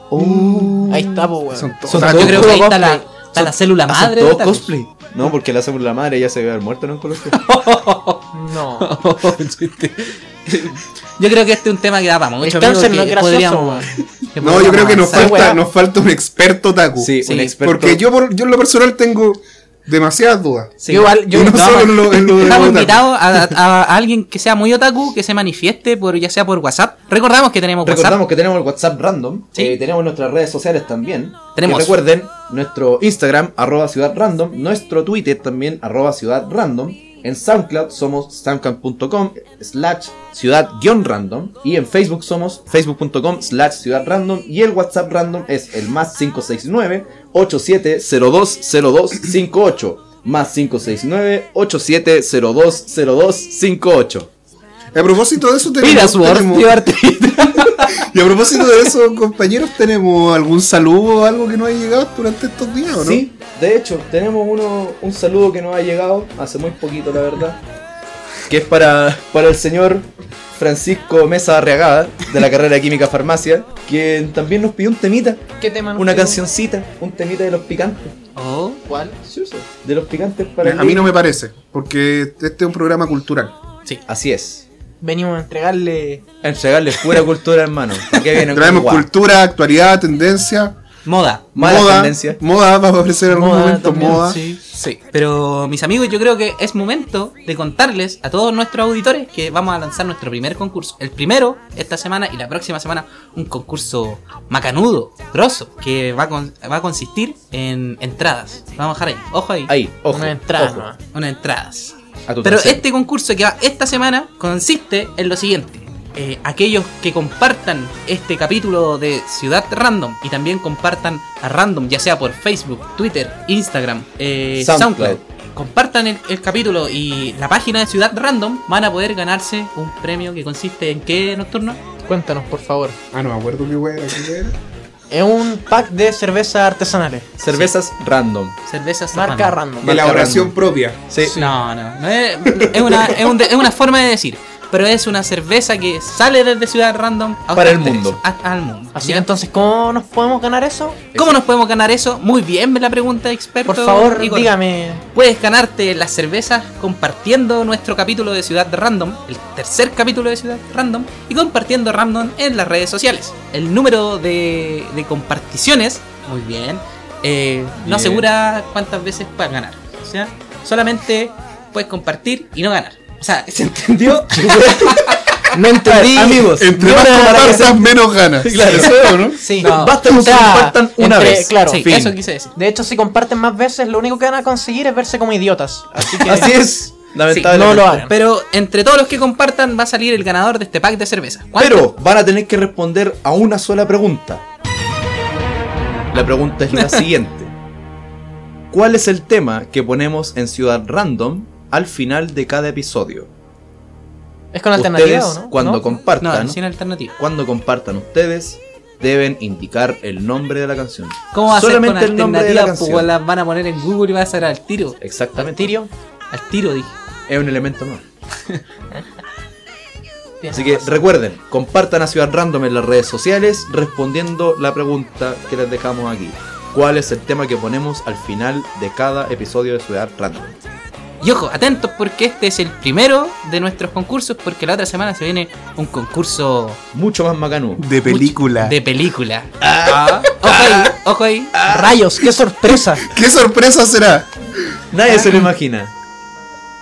Speaker 1: Oh,
Speaker 2: Ahí está, po, weón.
Speaker 3: Son todos
Speaker 1: Son
Speaker 3: otakus.
Speaker 4: Yo creo que ahí está la,
Speaker 2: cosplay.
Speaker 4: está la célula
Speaker 1: Ah, son
Speaker 4: madre.
Speaker 1: todo
Speaker 4: de otakus.
Speaker 1: cosplay. No, porque la célula madre ya se debe haber muerto en oncología.
Speaker 2: No.
Speaker 4: Yo creo que este es un tema que da para mucho.
Speaker 2: El cáncer
Speaker 4: amigo,
Speaker 2: no es
Speaker 4: que
Speaker 2: gracioso,
Speaker 4: podríamos- que
Speaker 3: No, yo creo que nos
Speaker 4: podríamos avanzar.
Speaker 3: falta,
Speaker 2: weá.
Speaker 3: nos falta un experto otaku.
Speaker 1: Sí,
Speaker 4: Sí,
Speaker 1: un experto.
Speaker 3: Porque yo, por- yo en lo personal tengo demasiadas dudas.
Speaker 4: Sí.
Speaker 2: Yo igual, yo
Speaker 3: y no
Speaker 2: no,
Speaker 3: solo en lo, en lo de
Speaker 4: Estamos
Speaker 3: los otakus.
Speaker 4: invitados a, a- a alguien que sea muy otaku, que se manifieste, por, ya sea por WhatsApp. Recordamos que tenemos
Speaker 1: Recordamos que tenemos el WhatsApp random.
Speaker 4: Sí.
Speaker 1: eh, tenemos nuestras redes sociales también.
Speaker 4: Tenemos.
Speaker 1: Y recuerden nuestro Instagram, arroba ciudad random. Nuestro Twitter también, arroba ciudad random. En SoundCloud somos soundcloud.com slash ciudad guión random. Y en Facebook somos facebook.com slash ciudad random. Y el WhatsApp random es el más 569 87020258 más 569 87020258
Speaker 3: A propósito de eso,
Speaker 4: WhatsApp. Pida
Speaker 3: tenemos,
Speaker 4: su
Speaker 3: tenemos-
Speaker 4: ortivo artista.
Speaker 3: y a propósito de eso, compañeros, ¿tenemos algún saludo o algo que no ha llegado durante estos días o no?
Speaker 1: Sí, de hecho, tenemos uno, un saludo que nos ha llegado hace muy poquito, la verdad. Que es para, para el señor Francisco Mesa Arriagada, de la carrera de Química Farmacia, quien también nos pidió un temita,
Speaker 2: ¿Qué tema Ah, nos
Speaker 1: una
Speaker 2: pidió?
Speaker 1: cancioncita, un temita de los picantes.
Speaker 4: Oh,
Speaker 2: ¿Cuál?
Speaker 1: De los picantes para.
Speaker 3: A mí no me parece, porque este es un programa cultural.
Speaker 1: Así es.
Speaker 2: Venimos a entregarle
Speaker 1: Entregarles pura cultura, hermano. ¿Para qué vienen con
Speaker 3: Traemos
Speaker 1: guau?
Speaker 3: cultura, actualidad, tendencia.
Speaker 4: Moda.
Speaker 1: Mala
Speaker 3: moda,
Speaker 1: tendencia.
Speaker 3: moda va a aparecer en algún
Speaker 2: Moda
Speaker 3: momento,
Speaker 2: también,
Speaker 3: moda.
Speaker 2: sí.
Speaker 4: Sí. Pero mis amigos, yo creo que es momento de contarles a todos nuestros auditores que vamos a lanzar nuestro primer concurso. El primero esta semana y la próxima semana un concurso macanudo, grosso, que va a, con- va a consistir en entradas. Vamos a dejar ahí. Ojo ahí.
Speaker 1: Ahí, ojo.
Speaker 2: Una entrada
Speaker 1: ojo,
Speaker 2: nomás.
Speaker 4: Unas entradas.
Speaker 1: a tu
Speaker 4: Pero
Speaker 1: trasero.
Speaker 4: este concurso que va esta semana consiste en lo siguiente. Eh, aquellos que compartan este capítulo de Ciudad Random y también compartan a Random, ya sea por Facebook, Twitter, Instagram, eh,
Speaker 1: SoundCloud.
Speaker 4: SoundCloud. compartan el, el capítulo y la página de Ciudad Random, van a poder ganarse un premio que consiste en qué nocturno?
Speaker 2: Cuéntanos, por favor.
Speaker 3: Ah, no me acuerdo qué wea era, qué wea era.
Speaker 2: Es un pack de cervezas artesanales.
Speaker 1: Cervezas random.
Speaker 4: Cervezas
Speaker 2: Marca
Speaker 4: Random.
Speaker 2: random.
Speaker 1: Marca
Speaker 3: Elaboración
Speaker 1: random.
Speaker 3: propia.
Speaker 1: Sí.
Speaker 4: No, no, no es, es una, es, un de- es una forma de decir. Pero es una cerveza que sale desde Ciudad Random a
Speaker 1: Para el
Speaker 4: ustedes,
Speaker 1: mundo.
Speaker 4: a- al mundo.
Speaker 2: Así
Speaker 4: ¿ya?
Speaker 2: que entonces, ¿cómo nos podemos ganar eso?
Speaker 4: ¿Cómo nos podemos ganar eso? Muy bien, la pregunta experto.
Speaker 2: Por favor,
Speaker 4: Igor.
Speaker 2: dígame.
Speaker 4: Puedes ganarte las cervezas compartiendo nuestro capítulo de Ciudad Random, el tercer capítulo de Ciudad Random, y compartiendo Random en las redes sociales. El número de, de comparticiones, muy bien, eh,
Speaker 1: Bien.
Speaker 4: no asegura cuántas veces puedes ganar. O sea, solamente puedes compartir y no ganar. O sea, ¿se entendió?
Speaker 2: No entendí.
Speaker 1: amigos,
Speaker 3: Entre
Speaker 1: no
Speaker 3: más
Speaker 1: van a ganar
Speaker 3: compartas, menos ganas.
Speaker 1: Claro.
Speaker 3: Eso, ¿no?
Speaker 2: Sí.
Speaker 4: No.
Speaker 1: Basta con
Speaker 2: O sea,
Speaker 1: que compartan una
Speaker 2: entre-
Speaker 1: vez.
Speaker 2: Claro.
Speaker 4: sí,
Speaker 1: fin.
Speaker 4: eso quise decir.
Speaker 2: De hecho, si comparten más veces, lo único que van a conseguir es verse como idiotas. Así que
Speaker 1: Así es. Lamentablemente.
Speaker 2: no lo hagan.
Speaker 4: Pero entre todos los que compartan va a salir el ganador de este pack de cerveza. ¿Cuánto?
Speaker 1: Pero van a tener que responder a una sola pregunta. La pregunta es la siguiente. ¿Cuál es el tema que ponemos en Ciudad Random al final de cada episodio?
Speaker 2: es con
Speaker 1: Ustedes
Speaker 2: alternativa, ¿o ¿no?
Speaker 1: cuando
Speaker 2: ¿No?
Speaker 1: compartan,
Speaker 4: No, sin alternativa.
Speaker 1: cuando compartan ustedes deben indicar el nombre de la canción.
Speaker 4: ¿Cómo va a ser con
Speaker 1: Solamente el nombre de la
Speaker 4: alternativa? Pues
Speaker 1: canción.
Speaker 4: las van a poner en Google y va a ser al tiro.
Speaker 1: Exactamente.
Speaker 2: Tirio.
Speaker 4: Al tiro, dije.
Speaker 1: Es un elemento más. Así que recuerden, compartan a Ciudad Random en las redes sociales respondiendo la pregunta que les dejamos aquí. ¿Cuál es el tema que ponemos al final de cada episodio de Ciudad Random?
Speaker 4: Y ojo, atentos porque este es el primero de nuestros concursos porque la otra semana se viene un concurso
Speaker 1: Mucho más macanú.
Speaker 3: De película.
Speaker 4: de película. Ah, ojo ahí, ojo ahí.
Speaker 2: Ah, Rayos, qué sorpresa.
Speaker 3: ¿Qué sorpresa será?
Speaker 1: Nadie se lo imagina.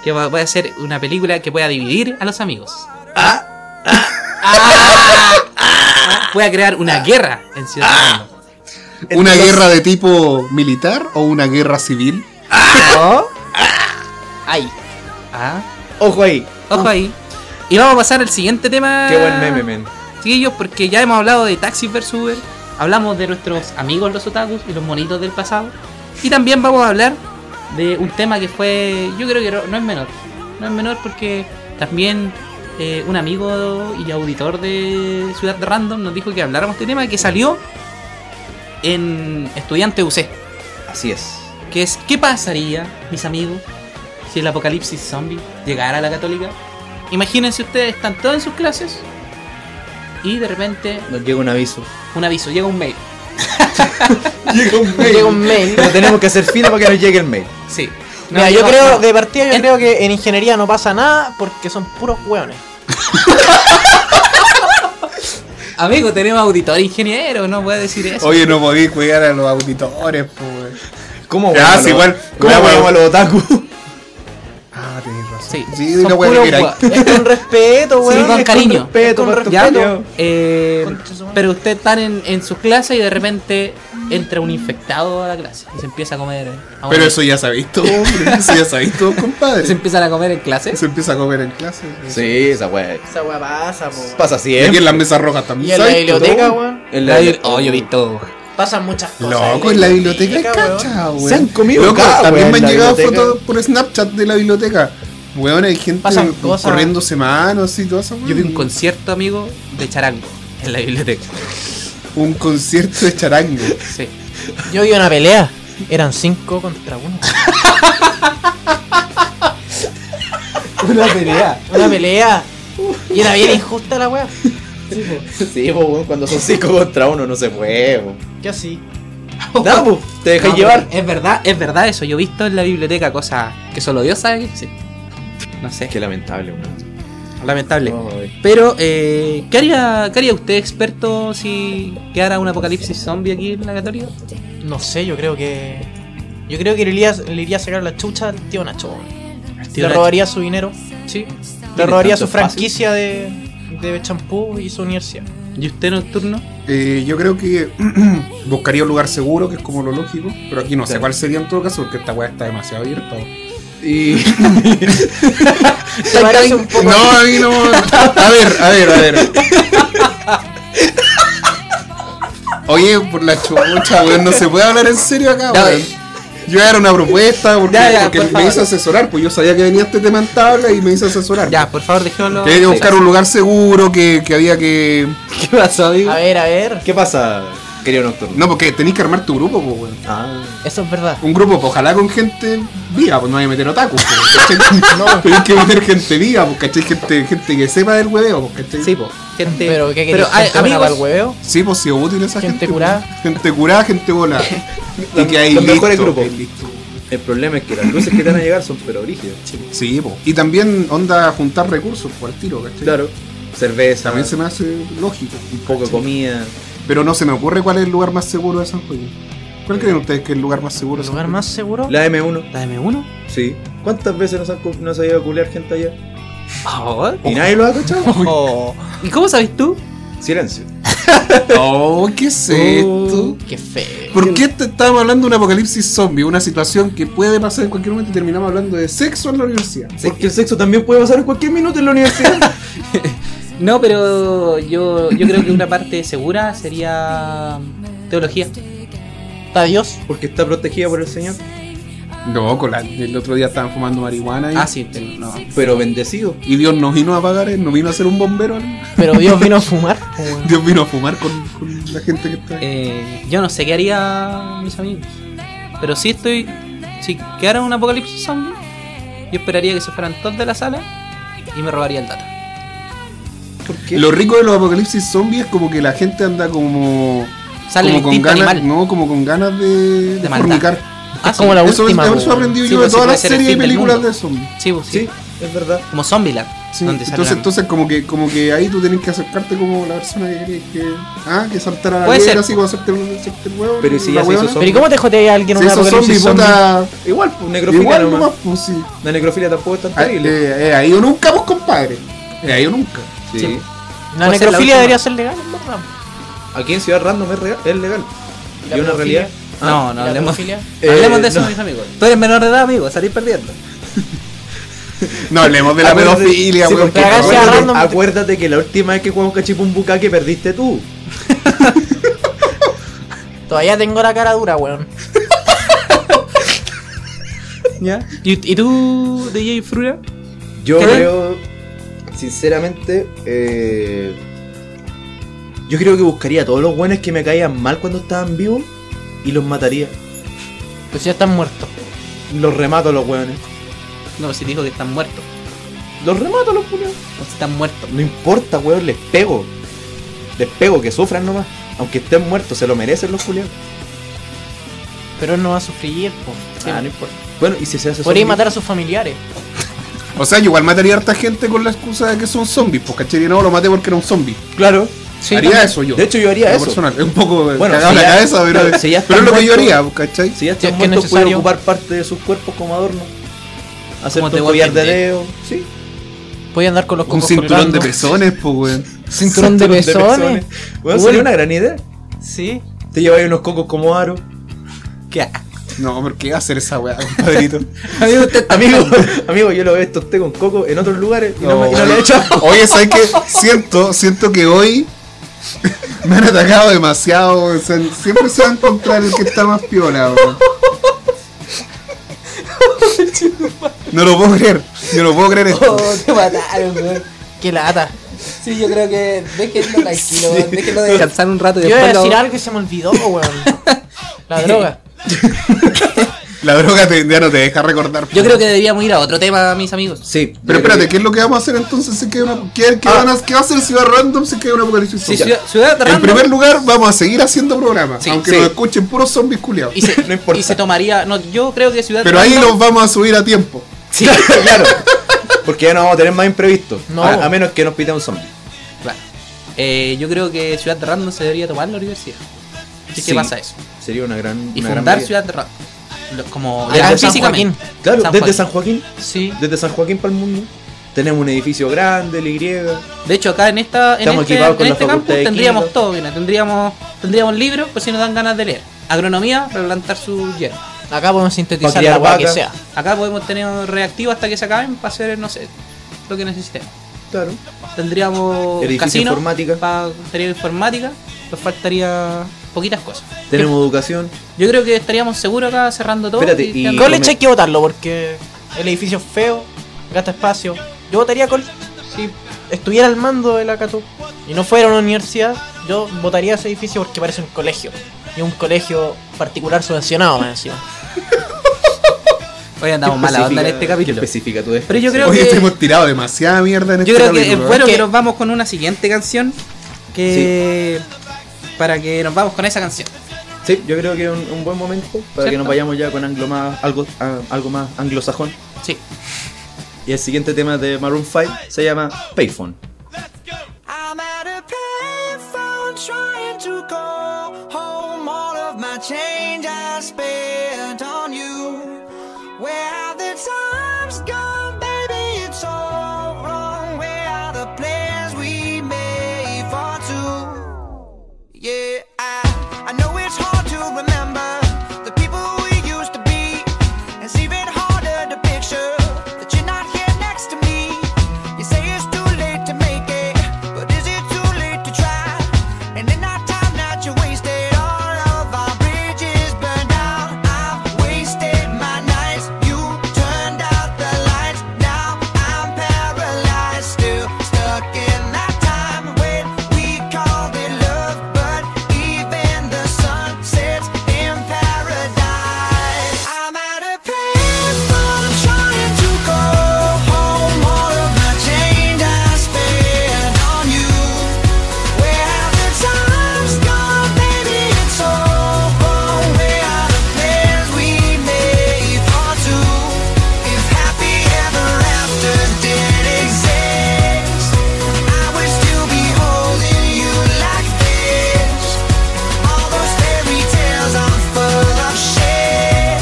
Speaker 4: Que va, va a ser una película que pueda dividir a los amigos.
Speaker 1: Ah.
Speaker 4: Ah. Pueda Ah. crear una guerra en Ciudad
Speaker 1: Ah.
Speaker 4: Random.
Speaker 3: ¿Una
Speaker 1: Entonces-
Speaker 3: guerra de tipo militar o una guerra civil?
Speaker 4: ¿Ah?
Speaker 2: ¿No?
Speaker 4: Ay. Ah,
Speaker 1: Ojo ahí.
Speaker 4: ojo ahí. Y vamos a pasar al siguiente tema.
Speaker 1: Ah. Qué buen meme, men.
Speaker 4: chiquillos, porque ya hemos hablado de Taxi vs Uber, hablamos de nuestros amigos los otakus y los monitos del pasado, y también vamos a hablar de un tema que fue, yo creo que no, no es menor, no es menor porque también eh, un amigo y auditor de Ciudad Random nos dijo que habláramos de este tema que salió en Estudiante UC,
Speaker 1: Así es.
Speaker 4: que es ¿qué pasaría, mis amigos, si el apocalipsis zombie llegara a la católica? Imagínense ustedes, están todos en sus clases y de repente
Speaker 1: Nos llega un aviso.
Speaker 4: un aviso, llega un mail.
Speaker 3: Llega un
Speaker 2: Llega un mail.
Speaker 1: Pero tenemos que hacer fila para que nos llegue el mail.
Speaker 4: Sí. No,
Speaker 2: Mira, yo
Speaker 4: no,
Speaker 2: creo,
Speaker 4: no.
Speaker 2: de partida, yo
Speaker 4: En-
Speaker 2: creo que en ingeniería no pasa nada porque son puros hueones.
Speaker 4: Amigo, tenemos auditor ingeniero, no puedes decir eso.
Speaker 3: Oye, no podéis cuidar a los auditores, pues.
Speaker 1: ¿Cómo
Speaker 3: Ah, sí,
Speaker 1: vamos a los-
Speaker 3: igual.
Speaker 1: ¿Cómo
Speaker 3: Ya,
Speaker 1: vamos a
Speaker 3: bueno.
Speaker 1: los otaku?
Speaker 3: Ah, tenéis razón.
Speaker 4: Sí.
Speaker 3: Sí,
Speaker 2: Son
Speaker 3: una wea que
Speaker 2: puros
Speaker 3: queráis.
Speaker 2: hueones. Es con respeto,
Speaker 4: Sí,
Speaker 2: hueón.
Speaker 4: con
Speaker 2: es
Speaker 4: cariño.
Speaker 2: respeto,
Speaker 1: Con
Speaker 2: con
Speaker 1: respeto.
Speaker 4: Ya,
Speaker 2: respeto.
Speaker 1: Pero-
Speaker 4: eh,
Speaker 2: Concha su madre.
Speaker 4: pero usted están en, en sus clases y de repente entra un infectado a la clase y se empieza a comer. eh, a un-
Speaker 3: Pero eso ya sabéis todo, hombre. Eso ya sabéis todo,
Speaker 4: Ah, se
Speaker 3: compadre.
Speaker 4: empiezan a comer en clase.
Speaker 3: Se empieza a comer en clase.
Speaker 1: Sí, esa wea.
Speaker 2: Esa hueá pasa, po.
Speaker 1: Pasa
Speaker 3: Y aquí
Speaker 1: siempre.
Speaker 3: en las mesas rojas también.
Speaker 2: Y en la
Speaker 3: ¿sabes?
Speaker 2: biblioteca,
Speaker 3: Todo.
Speaker 2: weón.
Speaker 1: En la-
Speaker 4: Nadie- Oh, yo he visto.
Speaker 2: Pasan muchas cosas.
Speaker 3: Loco, en la biblioteca,
Speaker 2: weón.
Speaker 3: cacha, weón.
Speaker 1: Se han comido
Speaker 3: Loco,
Speaker 1: cada
Speaker 3: también
Speaker 1: weón
Speaker 3: me
Speaker 1: en
Speaker 3: han
Speaker 1: la
Speaker 3: llegado
Speaker 1: biblioteca.
Speaker 3: fotos por Snapchat de la biblioteca. Weón, hay gente
Speaker 2: Pasan cosas.
Speaker 3: corriendo semanas y todo eso, weón.
Speaker 4: Yo
Speaker 1: Mm.
Speaker 4: vi un concierto, amigo, de charango en la biblioteca.
Speaker 3: Un concierto de charango.
Speaker 4: Sí.
Speaker 2: Yo vi una pelea. Eran 5 contra 1.
Speaker 1: Una pelea.
Speaker 2: Una pelea. Y era bien injusta la weá.
Speaker 1: Sí, po, weón, cuando son 5 contra 1 no se puede. po.
Speaker 2: Yo sí.
Speaker 1: Nada, po, te dejas
Speaker 4: No,
Speaker 1: llevar.
Speaker 4: Es verdad, es verdad eso. Yo he ¿eh? visto en la biblioteca cosas que solo Dios sabe que existen. No sé.
Speaker 1: Qué lamentable, weón.
Speaker 4: Lamentable.
Speaker 1: Ay.
Speaker 4: Pero, eh, ¿qué, haría, ¿qué haría usted, experto, si quedara un apocalipsis zombie aquí en la Católica?
Speaker 2: No sé, yo creo que. Yo creo que le iría, le iría a sacar la chucha al tío Nacho. le
Speaker 4: Tío Nacho.
Speaker 2: robaría su dinero. Le
Speaker 4: Sí. Tiene
Speaker 2: robaría
Speaker 4: tanto
Speaker 2: su
Speaker 4: espacio.
Speaker 2: franquicia de, de champú y su universidad.
Speaker 4: ¿Y usted nocturno?
Speaker 3: Eh, yo creo que buscaría un lugar seguro, que es como lo lógico, pero aquí no sé cuál sería en todo caso, porque esta weá está demasiado abierta. Y...
Speaker 2: Se parece un poco.
Speaker 3: No, a mí no. A ver, a ver, a ver. Oye, por la chucha, weón, no se puede hablar en serio acá,
Speaker 4: Ya,
Speaker 3: weón. Yo era una propuesta porque,
Speaker 4: Ya, ya,
Speaker 3: porque
Speaker 4: por
Speaker 3: me
Speaker 4: favor.
Speaker 3: hizo asesorar, pues yo sabía que venía este tema en tabla y me hizo asesorar.
Speaker 4: Ya, por favor, déjalo.
Speaker 3: Que había que buscar un lugar seguro, que, que había que.
Speaker 4: ¿Qué pasó, amigo?
Speaker 2: A ver, a ver.
Speaker 1: ¿Qué pasa, querido Nocturno?
Speaker 3: No, porque tenés que armar tu grupo, pues, weón.
Speaker 1: Ah,
Speaker 2: Eso es verdad.
Speaker 3: Un grupo, pues, ojalá con gente viva, pues no hay que meter otakus, pues, ¿cachai? No, tenés que meter gente viva, pues, ¿cachai? Gente, gente que sepa del hueveo, pues, ¿cachai?
Speaker 4: Sí, po. Gente.
Speaker 2: Pero qué
Speaker 4: Pero,
Speaker 2: querés,
Speaker 4: ay,
Speaker 2: gente buena para el
Speaker 4: amigos,
Speaker 2: hueveo.
Speaker 3: Sí, pues sí, es útil esa
Speaker 2: Gente
Speaker 3: gente. pues.
Speaker 2: curada.
Speaker 3: Gente curada, gente volada. y que hay
Speaker 1: Los mejores
Speaker 3: listo,
Speaker 1: grupos.
Speaker 3: hay listo.
Speaker 1: el problema es que las luces que te van a llegar son pero brígidas.
Speaker 3: Sí, pues. Y también onda juntar recursos por el tiro, ¿cachai?
Speaker 1: Claro. Cerveza,
Speaker 3: También se me hace lógico.
Speaker 1: un poco de comida.
Speaker 3: Pero no se me ocurre cuál es el lugar más seguro de San Joaquín. ¿Cuál creen ustedes que es el lugar más seguro?
Speaker 2: ¿El
Speaker 3: de San
Speaker 2: lugar
Speaker 3: Joaquín?
Speaker 2: más seguro?
Speaker 1: La M1,
Speaker 4: ¿La M1?
Speaker 1: sí. ¿Cuántas veces nos han, cu- nos ha ido a culear gente allá?
Speaker 4: Por favor.
Speaker 1: ¿Y nadie lo ha cachado?
Speaker 2: Oh,
Speaker 4: ¿Y cómo sabes tú?
Speaker 1: Silencio.
Speaker 3: Oh, ¿qué es
Speaker 4: Oh.
Speaker 3: esto?
Speaker 2: qué feo.
Speaker 3: ¿Por qué te- estábamos hablando de un apocalipsis zombie? Una situación que puede pasar en cualquier momento y terminamos hablando de sexo en la universidad.
Speaker 1: Porque el sexo también puede pasar en cualquier minuto en la universidad.
Speaker 4: No, pero yo, yo creo que una parte segura sería teología.
Speaker 2: Está Dios.
Speaker 1: Porque está protegida por el Señor.
Speaker 3: Loco, la- el otro día estaban fumando marihuana y,
Speaker 4: Ah, sí, te- no.
Speaker 1: Pero bendecido.
Speaker 3: y Dios nos vino a pagar, ¿eh? nos vino a ser un bombero. ¿no?
Speaker 2: Pero Dios vino a fumar. po, weón.
Speaker 3: Dios vino a fumar con, con la gente que está ahí.
Speaker 4: Eh, yo no sé qué haría mis amigos. Pero sí estoy. Si quedara un apocalipsis zombie, yo esperaría que se fueran todos de la sala y me robaría el data.
Speaker 1: ¿Por qué?
Speaker 3: Lo rico de los apocalipsis zombies es como que la gente anda como.
Speaker 4: Sale
Speaker 3: como
Speaker 4: el
Speaker 3: con
Speaker 4: instinto
Speaker 3: ganas,
Speaker 4: animal.
Speaker 3: no, como con ganas de, de
Speaker 4: maldad.
Speaker 3: fornicar.
Speaker 4: Ah,
Speaker 2: es como la
Speaker 3: Eso,
Speaker 2: última.
Speaker 3: eso
Speaker 2: po,
Speaker 3: he aprendido
Speaker 4: Sí,
Speaker 3: yo
Speaker 4: pues
Speaker 3: de
Speaker 4: sí,
Speaker 3: todas
Speaker 4: puede
Speaker 3: las
Speaker 4: ser el
Speaker 3: series y
Speaker 4: fin del
Speaker 3: películas
Speaker 4: mundo.
Speaker 3: de zombies.
Speaker 4: Sí, pues, sí.
Speaker 1: Sí, es verdad.
Speaker 4: Como Zombieland.
Speaker 3: Sí,
Speaker 4: donde sale
Speaker 3: entonces,
Speaker 4: la-
Speaker 3: entonces como que como que ahí tú tenés que acercarte como la persona que querés que ah que saltara a la
Speaker 4: Puede
Speaker 3: piedra,
Speaker 4: ser,
Speaker 3: así como hacerte un hacerte el huevo
Speaker 1: Pero si
Speaker 3: la
Speaker 1: ya se hizo
Speaker 3: huevona.
Speaker 1: zombie.
Speaker 2: Pero ¿y cómo te jotea a alguien
Speaker 3: Si
Speaker 2: una
Speaker 3: esos
Speaker 2: apocalipsis
Speaker 3: zombies
Speaker 2: zombie?
Speaker 3: puta
Speaker 1: Igual, pues, necrofilia
Speaker 3: igual
Speaker 1: nomás.
Speaker 3: nomás pues sí
Speaker 1: La necrofilia tampoco es tan
Speaker 3: Ah, eh,
Speaker 1: terrible.
Speaker 3: eh, ahí o nunca vos compadre eh, ahí o nunca
Speaker 1: Sí.
Speaker 4: sí.
Speaker 2: Pues La
Speaker 4: Puede ser la
Speaker 2: necrofilia
Speaker 4: última.
Speaker 2: debería ser legal, en verdad.
Speaker 1: Aquí en Ciudad Random es, real- es legal.
Speaker 2: La
Speaker 1: y una
Speaker 2: pedofilia.
Speaker 1: realidad.
Speaker 4: No, no
Speaker 2: La
Speaker 4: hablemos.
Speaker 2: pedofilia.
Speaker 4: hablemos
Speaker 1: Eh,
Speaker 4: de eso,
Speaker 1: no.
Speaker 4: mis amigos. Tú eres menor de edad, amigo, salís perdiendo.
Speaker 3: no hablemos de la
Speaker 1: Acuérdate-
Speaker 3: pedofilia
Speaker 1: sí,
Speaker 3: weón,
Speaker 1: porque
Speaker 3: que-
Speaker 2: hagan sea
Speaker 1: acuérdate,
Speaker 2: random.
Speaker 1: acuérdate que la última vez que jugamos cachipum bucaque perdiste tú.
Speaker 2: Todavía tengo la cara dura, weón.
Speaker 4: ¿Ya? ¿Y, y tú, DJ Frura?
Speaker 1: Yo
Speaker 4: ¿Qué?
Speaker 1: creo, sinceramente, eh, yo creo que buscaría a todos los buenos que me caían mal cuando estaban vivos y los mataría.
Speaker 2: Pues ya están muertos.
Speaker 1: Los remato a los buenos.
Speaker 4: No, si dijo que están muertos.
Speaker 1: Los remato a los buenos.
Speaker 4: No, si están muertos.
Speaker 1: No importa, weón, les pego. Les pego, que sufran nomás. Aunque estén muertos, se lo merecen los culiados.
Speaker 2: Pero él no va a sufrir, po. Sí,
Speaker 1: Ah, no importa. Bueno, y si se hace
Speaker 2: Podría
Speaker 1: zombie?
Speaker 2: matar a sus familiares.
Speaker 3: o sea yo igual mataría a harta gente con la excusa de que son zombies pues ¿cachai? no lo maté porque era un zombie
Speaker 1: Claro.
Speaker 3: haría eso yo
Speaker 1: De hecho, yo haría
Speaker 3: lo
Speaker 1: eso.
Speaker 3: personal. es un poco
Speaker 1: Bueno,
Speaker 3: cagado en
Speaker 1: si ya-
Speaker 3: la cabeza pero,
Speaker 1: claro, si ya
Speaker 3: pero es lo que yo
Speaker 1: están muertos-
Speaker 3: haría pues, ¿cachai?
Speaker 1: Si ya
Speaker 2: Si es
Speaker 1: están
Speaker 2: que
Speaker 1: muertos,
Speaker 2: es
Speaker 1: pueden
Speaker 2: necesario.
Speaker 1: ocupar parte de sus cuerpos como adorno. Hacer
Speaker 4: Como
Speaker 1: un
Speaker 4: The
Speaker 1: collar de
Speaker 4: Walking Dead.
Speaker 1: dedo. Sí.
Speaker 2: Podía andar con los
Speaker 3: un
Speaker 2: cocos
Speaker 3: cinturón de
Speaker 2: colgando.
Speaker 3: pezones pues weón
Speaker 2: Cinturón de pezones.
Speaker 1: Bueno,
Speaker 2: Uy.
Speaker 1: sería una gran idea.
Speaker 4: Sí.
Speaker 1: Te lleváis unos cocos como aro.
Speaker 4: ¿Qué? asco.
Speaker 3: No, ¿por qué hacer esa weá, compadrito?
Speaker 1: Amigo, amigo, amigo, yo lo he visto a usted con coco en otros lugares y no, me- y no le he hecho.
Speaker 3: Oye, ¿sabes qué? Siento, siento que hoy me han atacado demasiado. o sea, siempre se va a encontrar el que está más piola, weón. No lo puedo creer, no lo puedo creer esto.
Speaker 6: Oh, te mataron, weón.
Speaker 2: Qué lata.
Speaker 6: Sí, yo creo que déjenlo tranquilo, weón. Déjenlo descansar.
Speaker 4: Descansar un rato y
Speaker 2: Yo iba a
Speaker 4: después lo-
Speaker 2: decir algo y se me olvidó, weón. La droga.
Speaker 3: La droga te- ya no te deja recordar.
Speaker 4: Yo creo que deberíamos ir a otro tema, mis amigos.
Speaker 1: Sí.
Speaker 3: Pero espérate, ¿qué es lo que vamos a hacer entonces? Si queda una, ¿qué,
Speaker 1: Ah.
Speaker 3: qué van a- qué va a hacer Ciudad Random si queda una apocalipsis
Speaker 4: Sí,
Speaker 3: zombie?
Speaker 4: ciudad, ciudad
Speaker 3: En
Speaker 4: random.
Speaker 3: primer lugar, vamos a seguir haciendo programas,
Speaker 4: Sí,
Speaker 3: aunque
Speaker 1: sí.
Speaker 3: nos escuchen puros zombies culiados.
Speaker 4: y se,
Speaker 1: No importa.
Speaker 4: y se tomaría. No, yo creo que ciudad
Speaker 3: Pero ahí
Speaker 4: random-
Speaker 3: los vamos a subir a tiempo.
Speaker 1: Sí, claro. Porque ya no vamos a tener más imprevistos.
Speaker 2: No.
Speaker 1: A, a menos que nos pida un zombie.
Speaker 4: Claro. Eh, yo creo que Ciudad de Random se debería tomar la universidad. Así
Speaker 1: Sí.
Speaker 4: que pasa eso.
Speaker 1: Sería una gran.
Speaker 4: Y
Speaker 1: una gran Ah,
Speaker 4: fundar
Speaker 1: medida.
Speaker 4: Ciudad de Random. Lo- Como
Speaker 2: Gran San
Speaker 4: físicamente.
Speaker 1: Claro,
Speaker 4: San
Speaker 1: desde
Speaker 4: Joaquín.
Speaker 1: San Joaquín.
Speaker 4: Sí.
Speaker 1: Desde San Joaquín para el mundo. Tenemos un edificio grande, la Y.
Speaker 4: De hecho, acá en esta en
Speaker 1: Estamos
Speaker 4: este,
Speaker 1: equipados con
Speaker 4: en
Speaker 1: la
Speaker 4: este
Speaker 1: facultad
Speaker 4: campus
Speaker 1: de
Speaker 4: tendríamos
Speaker 1: química.
Speaker 4: todo, mira, tendríamos tendríamos libros por si nos dan ganas de leer. Agronomía, para plantar su hierba.
Speaker 2: Acá podemos
Speaker 1: Pa'
Speaker 2: sintetizar
Speaker 1: criar
Speaker 2: la hueá que
Speaker 1: vaca.
Speaker 2: sea.
Speaker 4: Acá podemos tener reactivos hasta que se acaben para hacer, no sé, lo que necesitemos.
Speaker 1: Claro.
Speaker 4: Tendríamos
Speaker 1: Edificio
Speaker 4: casino,
Speaker 1: informática.
Speaker 4: pa- tendría informática, nos faltaría poquitas cosas.
Speaker 1: Tenemos educación.
Speaker 4: Yo creo que estaríamos seguros acá cerrando todo.
Speaker 1: Espérate, y-
Speaker 4: quedando-
Speaker 2: College hay que votarlo porque el edificio es feo, gasta espacio. Yo votaría College si estuviera al mando de la Cato y no fuera una universidad. Yo votaría ese edificio porque parece un colegio. Y un colegio particular subvencionado, me decían.
Speaker 4: Hoy andamos
Speaker 1: ¿Qué
Speaker 4: mala onda en
Speaker 1: especifica-
Speaker 4: este
Speaker 1: qué
Speaker 4: capítulo.
Speaker 1: Especifica tu defensa?
Speaker 4: Pero yo creo
Speaker 3: Hoy
Speaker 4: que-
Speaker 3: hemos tirado demasiada mierda en
Speaker 4: Yo
Speaker 3: este
Speaker 4: creo que
Speaker 3: capítulo,
Speaker 4: es
Speaker 3: ¿eh?
Speaker 4: bueno
Speaker 2: ¿Qué?
Speaker 4: que nos vamos con una siguiente canción. Que. Para que nos vamos con esa canción.
Speaker 1: Sí, yo creo que es un, un buen momento para que
Speaker 4: Cierto.
Speaker 1: nos vayamos ya con anglo más, algo, ah, algo más anglosajón.
Speaker 4: Sí.
Speaker 1: Y el siguiente tema de Maroon 5 se llama Payphone.
Speaker 7: I'm at a payphone trying to call home. All of my change I spent on you. Where have the times gone, baby? It's all wrong. Where are the plans we made for two? Yeah, I I know it's hard to remember the people we used to be. It's even harder to picture that you're not here next to me. You say it's too late to make it, but is it too late to try? And in that time that you wasted, all of our bridges burned out. I've wasted my nights. You turned out the lights. Now I'm paralyzed, still stuck in that time when we called it love, but even the sun sets in paradise. I'm at a payphone trying to go home. All of my change I spent on you. Where have the times gone, baby? It's over. Where are the plans we made for two? If happy ever after did exist, I would still be holding you like this. All those fairy tales are full of shit.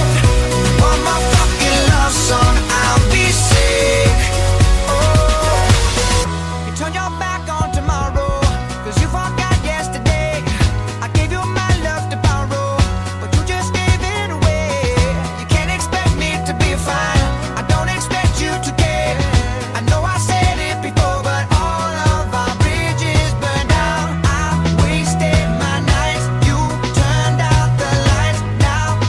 Speaker 7: One more fucking love song, I'll be sick. Oh, you turn your back on tomorrow, 'cause you forgot yesterday. I gave you my love to borrow, but you just gave it away. You can't expect me to be fine. I don't expect you to care. I know I said it before, but all of our bridges burned down. I wasted my nights. You turned out the lights. Now I'm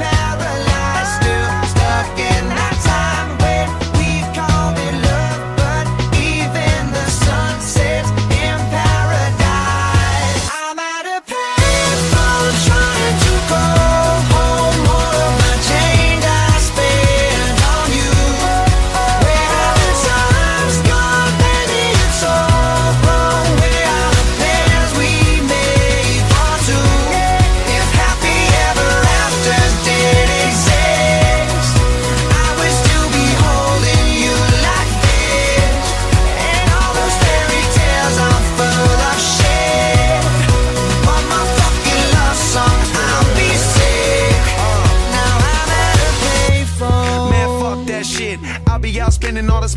Speaker 7: paralyzed, still stuck in that time when we called it love, but even the sun sets in paradise. I'm at a payphone trying to go home. All of my change I spent on you. Where have the times gone, baby? It's all wrong. Where are the plans we made for two? If happy ever after did exist, I would still be holding you like this. And all those fairy tales are full of shit. One more fucking love song, I'll be sick. Now I'm at a payphone.
Speaker 8: Man, fuck that shit. I'll be out spending all this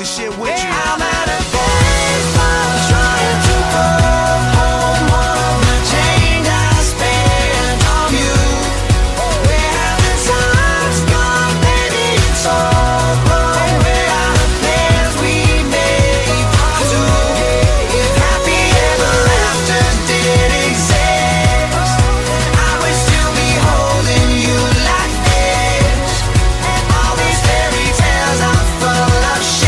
Speaker 8: of shit with you.
Speaker 7: I'm at a baseball trying to go home. All of my change I spent on you. Where have the times gone, baby? It's all wrong. Where are the plans we made for two? If happy ever after did exist, I would still be holding you like this. And all these fairy tales are full of shit.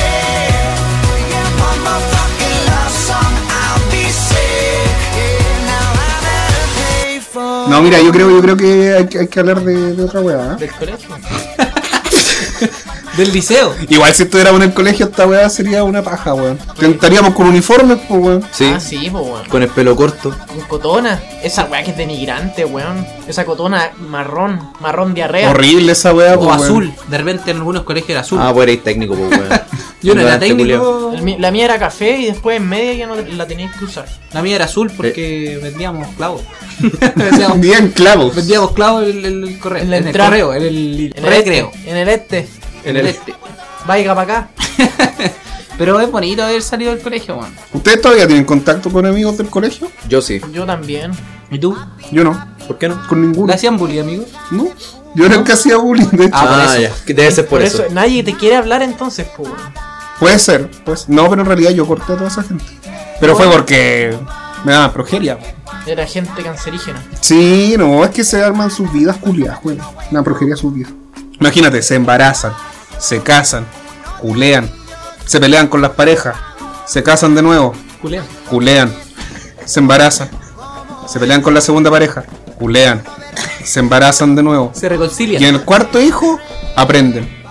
Speaker 3: No, mira, yo creo, yo creo que hay, que- hay que hablar de, de otra weá. ¿eh?
Speaker 2: Del colegio. Del liceo.
Speaker 3: Igual si estuviéramos en el colegio, esta weá sería una paja, weón. Estaríamos con uniformes, pues, weón.
Speaker 1: Sí,
Speaker 2: Ah, sí, po, weón.
Speaker 1: con el pelo corto.
Speaker 2: Con cotona. Esa weá que es denigrante, weón. Esa cotona marrón, marrón diarrea.
Speaker 3: Horrible esa weá,
Speaker 4: O
Speaker 3: pues, weón.
Speaker 4: azul. De repente en algunos colegios era azul.
Speaker 1: Ah, vos eres técnico, pues, weón.
Speaker 4: Yo no era
Speaker 1: Ignorante, culiao.
Speaker 4: técnico.
Speaker 2: El mi- La mía era café y después en media ya no la tenéis que usar.
Speaker 4: La mía era azul porque vendíamos clavos. vendíamos,
Speaker 3: Bien clavos.
Speaker 4: vendíamos clavos en el, el correo.
Speaker 2: En
Speaker 4: En
Speaker 2: la
Speaker 4: el,
Speaker 2: entrada.
Speaker 4: correo, en el,
Speaker 2: En el
Speaker 4: recreo.
Speaker 2: este, en el este.
Speaker 4: En el este.
Speaker 2: Vaya para acá.
Speaker 4: Pero es bonito haber salido del colegio, man.
Speaker 3: ¿Ustedes todavía tienen contacto con amigos del colegio?
Speaker 1: Yo sí.
Speaker 2: Yo también.
Speaker 3: Este
Speaker 4: ¿Y tú?
Speaker 3: Yo no,
Speaker 1: ¿Por qué no?
Speaker 3: con
Speaker 4: ¿Le
Speaker 3: ninguno.
Speaker 4: hacían bullying, amigo?
Speaker 3: No, yo era el que hacía bullying, de hecho.
Speaker 4: Ah, por eso.
Speaker 1: ya. que Debe ser por, eso.
Speaker 2: nadie te quiere hablar entonces, pues.
Speaker 3: Puede ser, pues. No, pero en realidad yo corté a toda esa gente. Pero fue porque me daban progeria.
Speaker 2: Era gente cancerígena.
Speaker 3: Sí, no, es que se arman sus vidas culiadas, güey. Una progeria sus vidas. Imagínate, se embarazan, se casan, culean, se pelean con las parejas, se casan de nuevo,
Speaker 4: Culeo.
Speaker 3: culean, se embarazan, se pelean con la segunda pareja, culean, se embarazan de nuevo.
Speaker 4: Se
Speaker 3: Y
Speaker 4: reconcilian.
Speaker 3: en el cuarto hijo aprenden.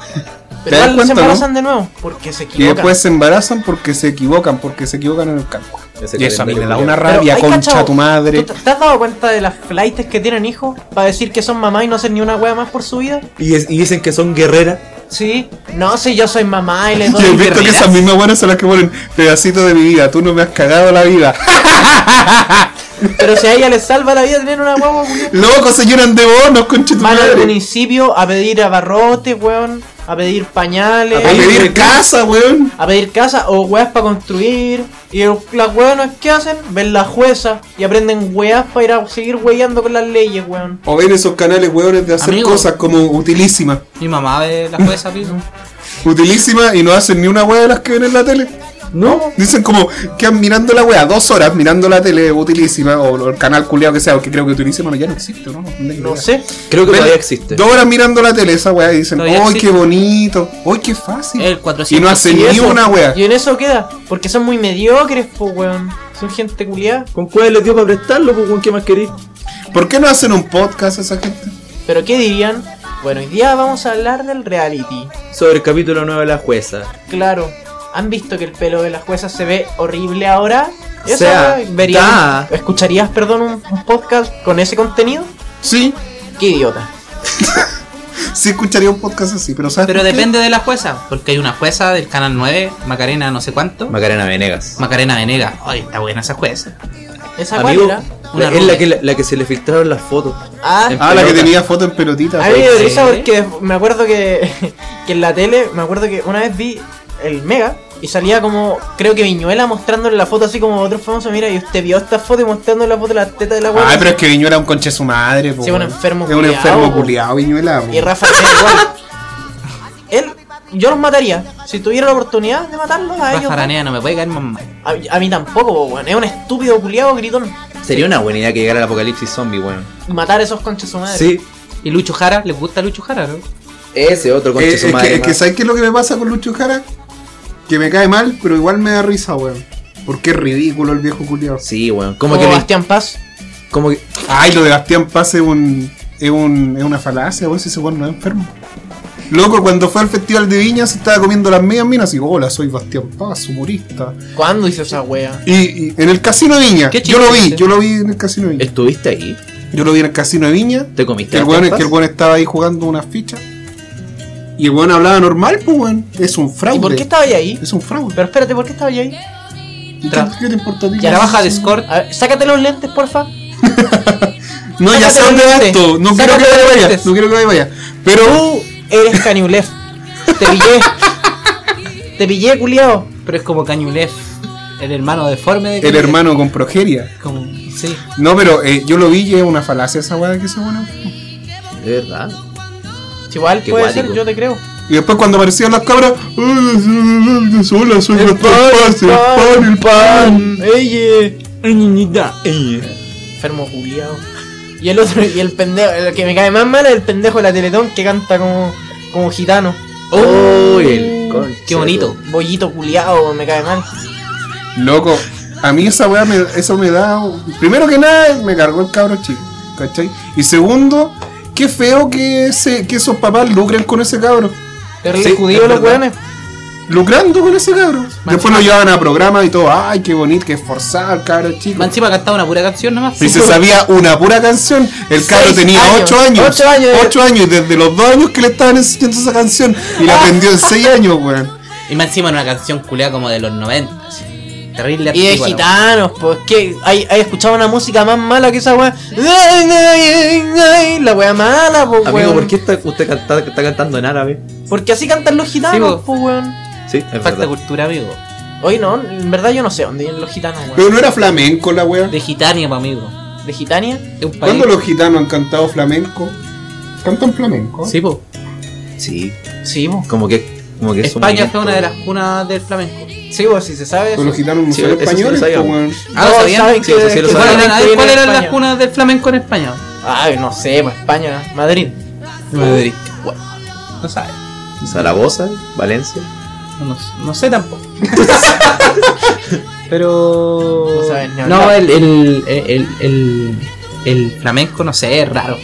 Speaker 2: Pero
Speaker 3: das
Speaker 2: igual se
Speaker 3: cuenta,
Speaker 2: embarazan de nuevo porque se
Speaker 3: Y
Speaker 2: equivocan.
Speaker 3: después se embarazan porque se equivocan, porque se equivocan en el campo.
Speaker 1: Ese
Speaker 3: y eso a mí me da
Speaker 1: calendario
Speaker 3: una
Speaker 2: Pero,
Speaker 3: rabia,
Speaker 2: ¿hay
Speaker 3: concha
Speaker 2: cachado?
Speaker 3: tu madre.
Speaker 2: ¿Tú te- ¿Te has dado cuenta de las flightes que tienen hijos para decir que son mamá y no hacer ni una wea más por su vida?
Speaker 1: Y, es- y dicen que son guerreras.
Speaker 2: Sí. No, si yo soy mamá y le
Speaker 3: Yo he
Speaker 2: doy.
Speaker 3: visto que esas mismas buenas son las que ponen pedacito de mi vida, tú no me has cagado la vida.
Speaker 2: Pero si a ella le salva la vida tener una guagua, culiao.
Speaker 3: Loco, se llenan de bonos, concha tu
Speaker 2: Van al
Speaker 3: madre.
Speaker 2: municipio a pedir abarrotes, weón. A pedir pañales.
Speaker 3: A pedir casa, weón.
Speaker 2: a pedir casa o weas para construir. Y el- las weonas que hacen, ven la jueza y aprenden weas para ir a seguir weyando con las leyes, weón.
Speaker 3: O ver esos canales, weones, de hacer
Speaker 4: Amigo.
Speaker 3: cosas como utilísima.
Speaker 4: Mi mamá ve la jueza, amigo.
Speaker 3: Utilísima y no hacen ni una wea de las que ven en la tele. No. Dicen como, quedan mirando la wea, dos horas mirando la tele utilísima, o el canal culiado que sea, porque creo que utilísima no, ya no existe, ¿no?
Speaker 2: No sé.
Speaker 1: Creo que
Speaker 3: Ven,
Speaker 1: todavía existe.
Speaker 3: Dos horas mirando la tele esa weá y dicen, ¡ay,
Speaker 4: Todavía
Speaker 3: qué
Speaker 4: existe.
Speaker 3: bonito! ¡ay, qué fácil!
Speaker 4: El
Speaker 3: y
Speaker 4: 400.
Speaker 3: no hacen
Speaker 2: Y
Speaker 3: ni
Speaker 2: eso-
Speaker 3: una weá.
Speaker 2: Y en eso queda, porque son muy mediocres, po, weón. Son gente culiada.
Speaker 1: ¿Con cuál les dio para prestarlo? pues, weón? ¿Qué más querís?
Speaker 3: ¿Por qué no hacen un podcast esa gente?
Speaker 2: Pero ¿qué dirían? Bueno, hoy día vamos a hablar del reality.
Speaker 1: Sobre el capítulo 9 de la jueza.
Speaker 2: Claro, ¿han visto que el pelo de la jueza se ve horrible ahora?
Speaker 1: O sea,
Speaker 2: weá, verían-
Speaker 1: da.
Speaker 2: ¿Escucharías, perdón, un, un podcast con ese contenido?
Speaker 3: Sí,
Speaker 2: ¡Qué idiota!
Speaker 3: sí escucharía un podcast así, pero ¿sabes
Speaker 4: Pero
Speaker 3: por qué?
Speaker 4: depende de la jueza. Porque hay una jueza del canal 9, Macarena, no sé cuánto.
Speaker 1: Macarena Venegas.
Speaker 4: Macarena Venega. Ay, está buena esa jueza.
Speaker 2: ¿Esa cuál
Speaker 1: Amigo,
Speaker 2: era?
Speaker 4: Una
Speaker 1: es la
Speaker 4: rubia.
Speaker 1: que, la, la que se le filtraron las fotos.
Speaker 2: Ah,
Speaker 1: En
Speaker 3: Ah, la que
Speaker 1: pelota.
Speaker 3: tenía foto en pelotita.
Speaker 2: A mí me
Speaker 3: weón.
Speaker 2: dio
Speaker 4: Sí.
Speaker 2: risa porque me acuerdo que, que en la tele, me acuerdo que una vez vi el Mega y salía como, creo que Viñuela mostrándole la foto así como otro famoso, mira, y usted vio esta foto y mostrándole la foto de las tetas de la weá.
Speaker 3: Ay, pero es que Viñuela es un conche su madre, po,
Speaker 2: Sí, un
Speaker 3: weón.
Speaker 2: enfermo
Speaker 3: Es un
Speaker 2: culiao,
Speaker 3: enfermo
Speaker 2: po.
Speaker 3: culiado, Viñuela. po.
Speaker 2: Y Rafa era igual. Él, yo los mataría. Si tuviera la oportunidad de matarlos a ellos.
Speaker 4: Rafa Aranea no me puede caer más mal.
Speaker 2: A, a mí tampoco, po, weón. Es un estúpido culiado gritón.
Speaker 1: Sería una buena idea que llegara el apocalipsis zombie, weón.
Speaker 2: Y Matar a esos conches su madre.
Speaker 1: Sí.
Speaker 4: ¿Y Lucho Jara? ¿Les gusta Lucho Jara, no?
Speaker 1: Ese otro
Speaker 3: Eh,
Speaker 1: conche
Speaker 3: es,
Speaker 1: su
Speaker 3: que,
Speaker 1: madre,
Speaker 3: es que,
Speaker 1: más.
Speaker 3: ¿sabes qué es lo que me pasa con Lucho Jara? Que me cae mal, pero igual me da risa, weón. Porque es ridículo el viejo culiado.
Speaker 1: Sí, weón.
Speaker 2: Como
Speaker 1: Como que, le-
Speaker 2: Bastián Paz.
Speaker 1: como que-
Speaker 3: Ay, lo de Bastián Paz es un. es un. es una falacia, weón, si ese weón no es enfermo. Loco, cuando fue al festival de Viña se estaba comiendo las medias minas y hola, soy Bastián Paz, humorista.
Speaker 2: ¿Cuándo hizo esa wea?
Speaker 3: Y, y en el casino de Viña,
Speaker 4: Qué
Speaker 3: yo lo vi,
Speaker 4: chiste.
Speaker 3: yo lo vi en el casino de Viña.
Speaker 1: ¿Estuviste ahí?
Speaker 3: Yo lo vi en el casino de Viña,
Speaker 1: ¿Te comiste
Speaker 3: que el
Speaker 1: las
Speaker 3: weón,
Speaker 1: papas?
Speaker 3: que el weón estaba ahí jugando unas fichas. Y el weón hablaba normal, pues weón. Es un fraude.
Speaker 2: ¿Y por qué estaba ahí?
Speaker 3: Es un fraude.
Speaker 2: Pero espérate, ¿por qué estaba ahí?
Speaker 3: ¿Y ¿Qué,
Speaker 4: Tra-
Speaker 3: qué te importa a ti?
Speaker 2: Ya.
Speaker 4: Trabaja de escort.
Speaker 2: A ver, sácate los lentes, porfa.
Speaker 3: No, ya sé
Speaker 2: Sácate
Speaker 3: dónde
Speaker 2: los
Speaker 3: va
Speaker 2: lentes.
Speaker 3: esto. No quiero que
Speaker 2: Sácate los
Speaker 3: vaya,
Speaker 2: lentes.
Speaker 3: no quiero que vaya. Pero.
Speaker 2: Tú eres Caniulef. Te pillé. Te pillé, culiao.
Speaker 4: Pero es como Cañulef. El hermano deforme de
Speaker 3: El
Speaker 4: Cañulef.
Speaker 3: hermano con progeria.
Speaker 4: Como, sí.
Speaker 3: No, pero eh, yo lo vi y es una falacia esa weá de que se bueno.
Speaker 1: De verdad.
Speaker 2: Si Igual
Speaker 1: Qué
Speaker 2: puede
Speaker 1: guático.
Speaker 2: ser, yo te creo.
Speaker 3: Y después cuando aparecieron las cabras, hola, soy
Speaker 2: El
Speaker 3: el
Speaker 2: pan,
Speaker 3: pan, el pan, el pan.
Speaker 2: ¡Ey! ¡Niñita! Enfermo culiao. Y el otro, y el pendejo, el que me cae más mal es el pendejo de la Teletón que canta como, como gitano.
Speaker 1: Uy, el conche
Speaker 4: Qué bonito.
Speaker 2: Bollito culiao, me cae mal.
Speaker 3: Loco, a mí esa weá me, eso me da. Primero que nada, me cargó el cabro chico. ¿Cachai? Y segundo, qué feo que, se, que esos papás lucren con ese cabro.
Speaker 2: Terrible
Speaker 1: Sí,
Speaker 2: judío
Speaker 1: es
Speaker 2: los
Speaker 1: verdad.
Speaker 2: weones.
Speaker 3: Lucrando con ese cabro. Después nos llevaban a programas y todo. Ay, qué bonito, qué esforzado el cabro chico.
Speaker 4: Más encima cantaba una pura canción nomás.
Speaker 3: Si se sabía una pura canción, el cabro
Speaker 2: Seis
Speaker 3: tenía
Speaker 2: años.
Speaker 3: 8 años.
Speaker 2: Ocho años.
Speaker 3: Ocho años, desde los 2 años que le estaban enseñando esa canción. Y
Speaker 2: Ah.
Speaker 3: la aprendió en 6 años, weón.
Speaker 4: Y más encima era una canción culea como de los 90. así. Terrible
Speaker 2: Y de
Speaker 4: antigua, la wea.
Speaker 2: gitanos, pues que hay, hay escuchado una música más mala que esa weá. La weá mala, pues
Speaker 1: Amigo,
Speaker 2: weón.
Speaker 1: ¿por qué está, usted canta- está cantando en árabe?
Speaker 2: Porque así cantan los
Speaker 4: Sí,
Speaker 2: gitanos,
Speaker 4: po.
Speaker 2: pues weón.
Speaker 1: Sí, es
Speaker 4: Falta
Speaker 1: verdad.
Speaker 4: cultura, amigo.
Speaker 2: Oye, no, en verdad yo no sé dónde vienen los gitanos, weón.
Speaker 3: Pero no era flamenco la weón.
Speaker 4: De Gitania, pa' amigo.
Speaker 2: ¿De Gitania?
Speaker 4: Es un país.
Speaker 3: ¿Cuándo los gitanos han cantado flamenco? ¿Cantan flamenco?
Speaker 4: Sí, po.
Speaker 1: Sí,
Speaker 2: Sí, pues.
Speaker 1: como que, como que es un
Speaker 4: España
Speaker 1: momento-
Speaker 4: fue una de las cunas del flamenco.
Speaker 2: Sí, pues, si se sabe.
Speaker 3: Pero los gitanos no
Speaker 1: Sí,
Speaker 3: son
Speaker 1: eso sí lo
Speaker 3: españoles, po,
Speaker 1: sabíamos.
Speaker 3: weón.
Speaker 4: Ah, ¿lo sabían?
Speaker 2: saben
Speaker 1: Sí, eso sí lo
Speaker 2: que
Speaker 4: ¿Cuáles
Speaker 1: sabían.
Speaker 2: saben
Speaker 4: eran, a
Speaker 2: que
Speaker 4: ver,
Speaker 2: viene de
Speaker 4: ¿cuáles eran las
Speaker 2: España.
Speaker 4: cunas del flamenco en España?
Speaker 2: Ay, no sé, pues España, Madrid.
Speaker 4: Madrid. No sabes.
Speaker 1: Zaragoza, Valencia.
Speaker 4: No, no sé tampoco. Pero.
Speaker 2: Uh, No saben ni
Speaker 4: No,
Speaker 2: hablar.
Speaker 4: el, el, el, el, el flamenco, no sé, es raro.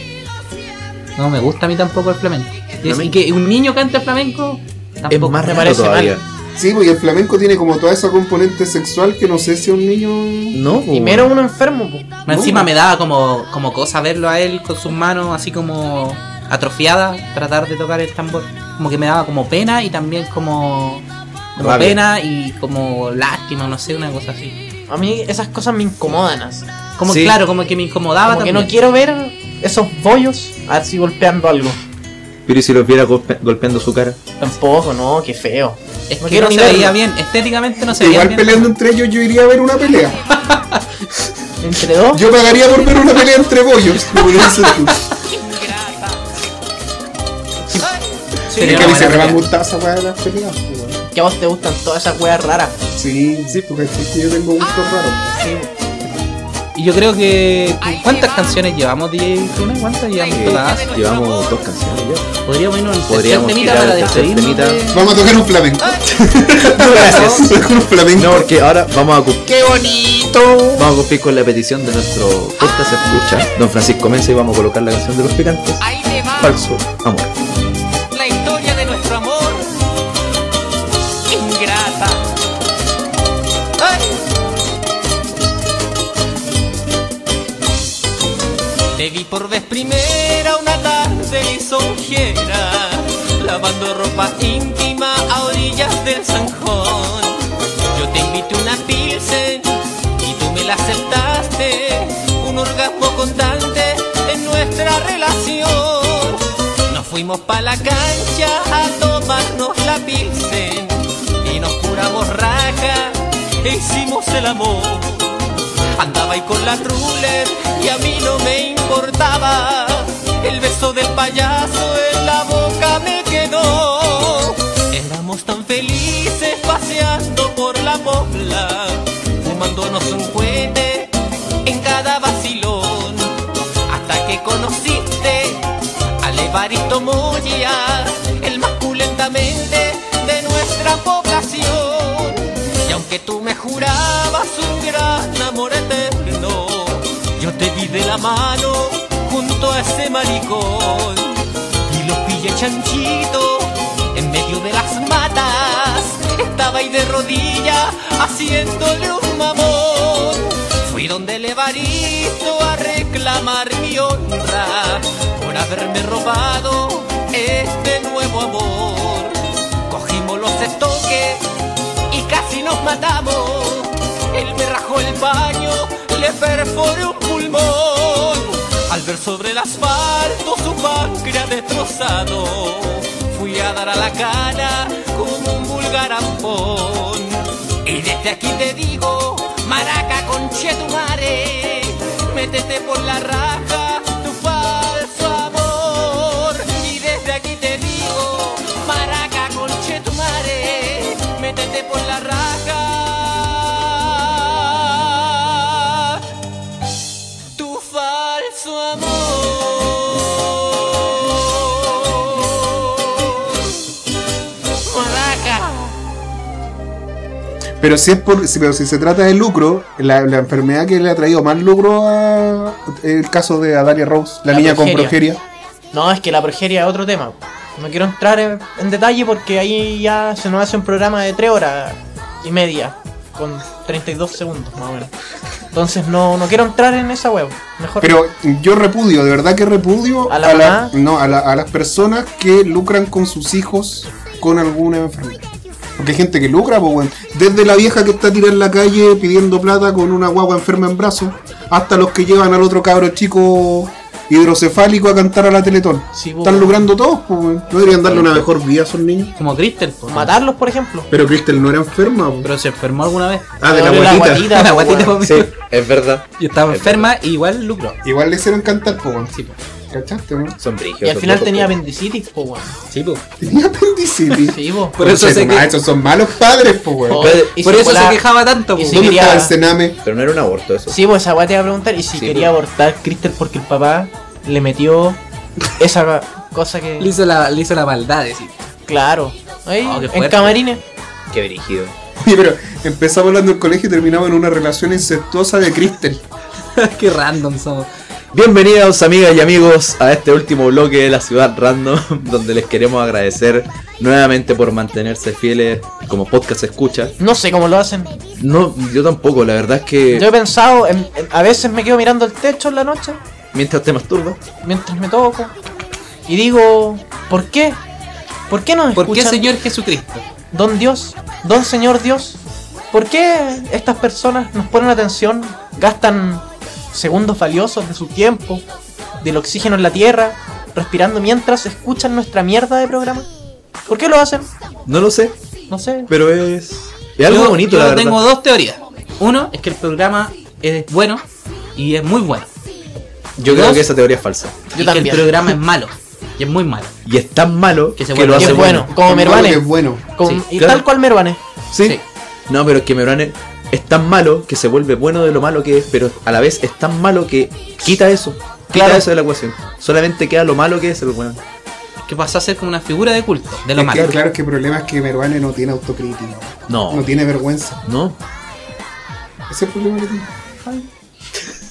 Speaker 4: No me gusta a mí tampoco el flamenco. Y, es- y que un niño cante flamenco, tampoco
Speaker 1: es más
Speaker 4: me
Speaker 1: raro
Speaker 4: parece
Speaker 1: todavía.
Speaker 4: mal.
Speaker 3: Sí, porque el flamenco tiene como toda esa componente sexual que no sé si a un niño.
Speaker 1: No,
Speaker 2: Y menos uno enfermo, pues.
Speaker 4: Más Encima me daba como, como cosa verlo a él con sus manos así como atrofiadas, tratar de tocar el tambor. Como que me daba como pena y también como, como
Speaker 1: Rabia.
Speaker 4: pena y como lástima, no sé, una cosa así.
Speaker 2: A mí esas cosas me incomodan así.
Speaker 4: Como
Speaker 1: Sí.
Speaker 4: claro, como que me incomodaba
Speaker 2: Como que
Speaker 4: también.
Speaker 2: no quiero ver esos bollos así golpeando algo.
Speaker 1: Pero ¿y si los viera golpe- golpeando su cara.
Speaker 2: Tampoco, no, qué feo.
Speaker 4: es que
Speaker 2: no
Speaker 4: no,
Speaker 2: quiero ni
Speaker 4: se veía
Speaker 2: verlo.
Speaker 4: bien, estéticamente no se veía
Speaker 3: Igual
Speaker 4: bien.
Speaker 3: peleando entre ellos, yo iría a ver una pelea.
Speaker 2: Entre dos,
Speaker 3: Yo pagaría por ver una pelea entre pollos. como le dices tú.
Speaker 4: Sería
Speaker 3: Es que a mí
Speaker 4: una
Speaker 3: siempre me
Speaker 4: buena
Speaker 3: han gustado esa weá de las peleas, po, weón.
Speaker 2: que a vos te gustan todas esas weas raras.
Speaker 3: Sí, sí, porque es que yo tengo gusto raro.
Speaker 2: Sí.
Speaker 4: pelea. Y yo creo que. ¿Cuántas canciones llevamos, DJ Tuna? ¿Cuántas llevamos
Speaker 1: Eh,
Speaker 4: tocadas?
Speaker 1: llevamos dos canciones ya.
Speaker 4: Podríamos irnos en sesión
Speaker 1: Podríamos
Speaker 4: temita
Speaker 1: tirar
Speaker 4: para
Speaker 1: en sesión
Speaker 4: despedirnos.
Speaker 1: temita.
Speaker 4: de-
Speaker 3: Vamos a tocar un flamenco. Vamos a tocar un flamenco.
Speaker 1: No, porque ahora vamos a cumplir. ¡Qué bonito! Vamos a cumplir con la petición de nuestro podcast
Speaker 2: Ah.
Speaker 1: escucha, don Francisco Mensa, y vamos a colocar la canción de los picantes.
Speaker 9: Ahí te va
Speaker 1: Falso amor.
Speaker 9: la historia de nuestro amor. Ingrata. ¡Ay! Te vi por vez primera una tarde lisonjera, lavando ropa íntima a orillas del Sanjón. Yo te invité una pilsen y tú me la aceptaste, un orgasmo constante en nuestra relación. Nos fuimos pa' la cancha a tomarnos la pilsen y nos curamos raja e hicimos el amor. Andaba ahí con la ruler y a mí no me importaba. El beso del payaso en la boca me quedó. Éramos tan felices paseando por la pobla, fumándonos un cohete en cada vacilón. Hasta que conociste al Evaristo Moya, el más culentamente de nuestra población. Y aunque tú me jurabas un gran amor eterno, yo te vi de la mano junto a ese maricón. Y lo pillé chanchito en medio de las matas. Estaba ahí de rodillas haciéndole un mamón. Fui donde el Evaristo a reclamar mi honra por haberme robado este nuevo amor. Cogimos los estoques y casi nos matamos. Él me rajó el baño, le perforé un pulmón. Al ver sobre el asfalto su páncreas destrozado, fui a dar a la cara como un vulgar ampón. Y desde aquí te digo, maraca con chetumare, métete por la raja tu falso amor. Y desde aquí te digo, maraca con chetumare, métete por la raja tu falso amor. Maraca.
Speaker 3: Pero si, es por, si- pero si se trata de lucro, la, la enfermedad que le ha traído más lucro a el caso de Adalia Rose, la,
Speaker 2: La
Speaker 3: niña con
Speaker 2: progeria.
Speaker 3: progeria.
Speaker 2: No, es que la progeria es otro tema. No quiero entrar en, en detalle porque ahí ya se nos hace un programa de 3 horas y media, con 32 segundos más o menos. Entonces no, no quiero entrar en esa web. Mejor
Speaker 3: Pero yo repudio, de verdad que repudio
Speaker 2: ¿A la mamá?
Speaker 3: no, a, la- a las personas que lucran con sus hijos con alguna enfermedad. Porque hay gente que lucra, pues, weón. Desde la vieja que está tirada en la calle pidiendo plata con una guagua enferma en brazos, hasta los que llevan al otro cabro chico hidrocefálico a cantar a la Teletón.
Speaker 2: Sí, pues,
Speaker 3: Están
Speaker 2: weón.
Speaker 3: lucrando todos, pues, weón. ¿No deberían darle una mejor vida a esos niños?
Speaker 4: Como Crystal, po.
Speaker 2: matarlos, por ejemplo.
Speaker 3: Pero Cristel no era enferma, pues.
Speaker 4: Pero se enfermó alguna vez.
Speaker 3: Ah, de la
Speaker 2: Pero
Speaker 3: abuelita.
Speaker 2: guatita,
Speaker 4: La
Speaker 2: po,
Speaker 4: guatita,
Speaker 2: weón.
Speaker 4: po.
Speaker 1: Sí, es verdad.
Speaker 4: Y estaba enferma y igual lucro.
Speaker 3: Igual le hicieron cantar, pues, weón.
Speaker 4: Sí, po.
Speaker 3: ¿Cachaste, weón?
Speaker 1: Son brígidos.
Speaker 2: Y al
Speaker 1: son
Speaker 2: final
Speaker 1: locos,
Speaker 2: tenía
Speaker 1: po.
Speaker 2: apendicitis, po, weón.
Speaker 4: Sí, po.
Speaker 3: Tenía apendicitis.
Speaker 2: Sí, po.
Speaker 4: Por eso
Speaker 3: Conche
Speaker 4: sé
Speaker 3: tu madre,
Speaker 4: que...
Speaker 3: Esos son malos padres, pues, weón.
Speaker 2: Oh, y
Speaker 4: Por
Speaker 2: si
Speaker 4: eso
Speaker 2: fuera-
Speaker 4: se quejaba tanto, po.
Speaker 2: y si
Speaker 3: ¿Dónde
Speaker 2: quería-
Speaker 3: estaba el cename?
Speaker 1: Pero no era un aborto eso.
Speaker 2: Sí, pues esa weá te iba a preguntar. Y si
Speaker 1: Sí,
Speaker 2: quería abortar Crystal porque el papá le metió esa cosa
Speaker 4: Le
Speaker 2: que.
Speaker 4: hizo la, le hizo la maldad, decir.
Speaker 2: Claro. Ahí,
Speaker 4: Oh, qué
Speaker 2: en
Speaker 4: fuerte.
Speaker 2: camarines.
Speaker 1: Qué brígido.
Speaker 3: Oye, pero empezamos hablando del colegio y terminamos en una relación incestuosa de Crystal.
Speaker 4: Qué random somos.
Speaker 1: Bienvenidos amigas y amigos a este último bloque de la ciudad random, donde les queremos agradecer nuevamente por mantenerse fieles como podcast escucha.
Speaker 2: No sé cómo lo hacen.
Speaker 1: No, yo tampoco, la verdad es que
Speaker 2: Yo he pensado, en- en- a veces me quedo mirando el techo en la noche
Speaker 1: mientras te masturbas,
Speaker 2: mientras me toco y digo, ¿por qué? ¿Por qué nos
Speaker 4: ¿Por qué,
Speaker 2: escuchan
Speaker 4: Señor Jesucristo?
Speaker 2: Don Dios? Don Señor Dios. ¿Por qué estas personas nos ponen atención, gastan segundos valiosos de su tiempo, del oxígeno en la tierra, respirando mientras escuchan nuestra mierda de programa? ¿Por qué lo hacen?
Speaker 1: no lo sé,
Speaker 2: No sé.
Speaker 1: pero es... Es algo
Speaker 4: Yo-
Speaker 1: bonito,
Speaker 4: yo
Speaker 1: la verdad.
Speaker 4: tengo dos teorías. Uno es que el programa es bueno y es muy bueno.
Speaker 1: Yo creo
Speaker 4: dos.
Speaker 1: que esa teoría es falsa.
Speaker 4: y que
Speaker 2: también.
Speaker 4: el programa es malo y es muy malo.
Speaker 1: Y es tan malo que,
Speaker 4: Que se
Speaker 1: lo
Speaker 4: vuelve-
Speaker 2: Y
Speaker 1: hace
Speaker 2: es bueno,
Speaker 3: Tan
Speaker 2: como
Speaker 3: malo que
Speaker 2: Mervane.
Speaker 3: Es bueno.
Speaker 2: con-
Speaker 4: Sí,
Speaker 2: y
Speaker 1: claro.
Speaker 2: tal cual Mervane.
Speaker 1: ¿Sí?
Speaker 4: Sí.
Speaker 1: No, pero es que Mebrane es tan malo que se vuelve bueno de lo malo que es, pero a la vez es tan malo que quita eso. Quita
Speaker 2: Claro.
Speaker 1: eso de la ecuación. Solamente queda lo malo que es el weón.
Speaker 4: Que pasó a ser como una figura de culto, de
Speaker 3: Es
Speaker 4: lo
Speaker 3: que,
Speaker 4: malo. Oh.
Speaker 3: claro que el problema es que Mervane no tiene autocrítica.
Speaker 1: No.
Speaker 3: No tiene vergüenza.
Speaker 1: No.
Speaker 3: Ese es el problema que tiene.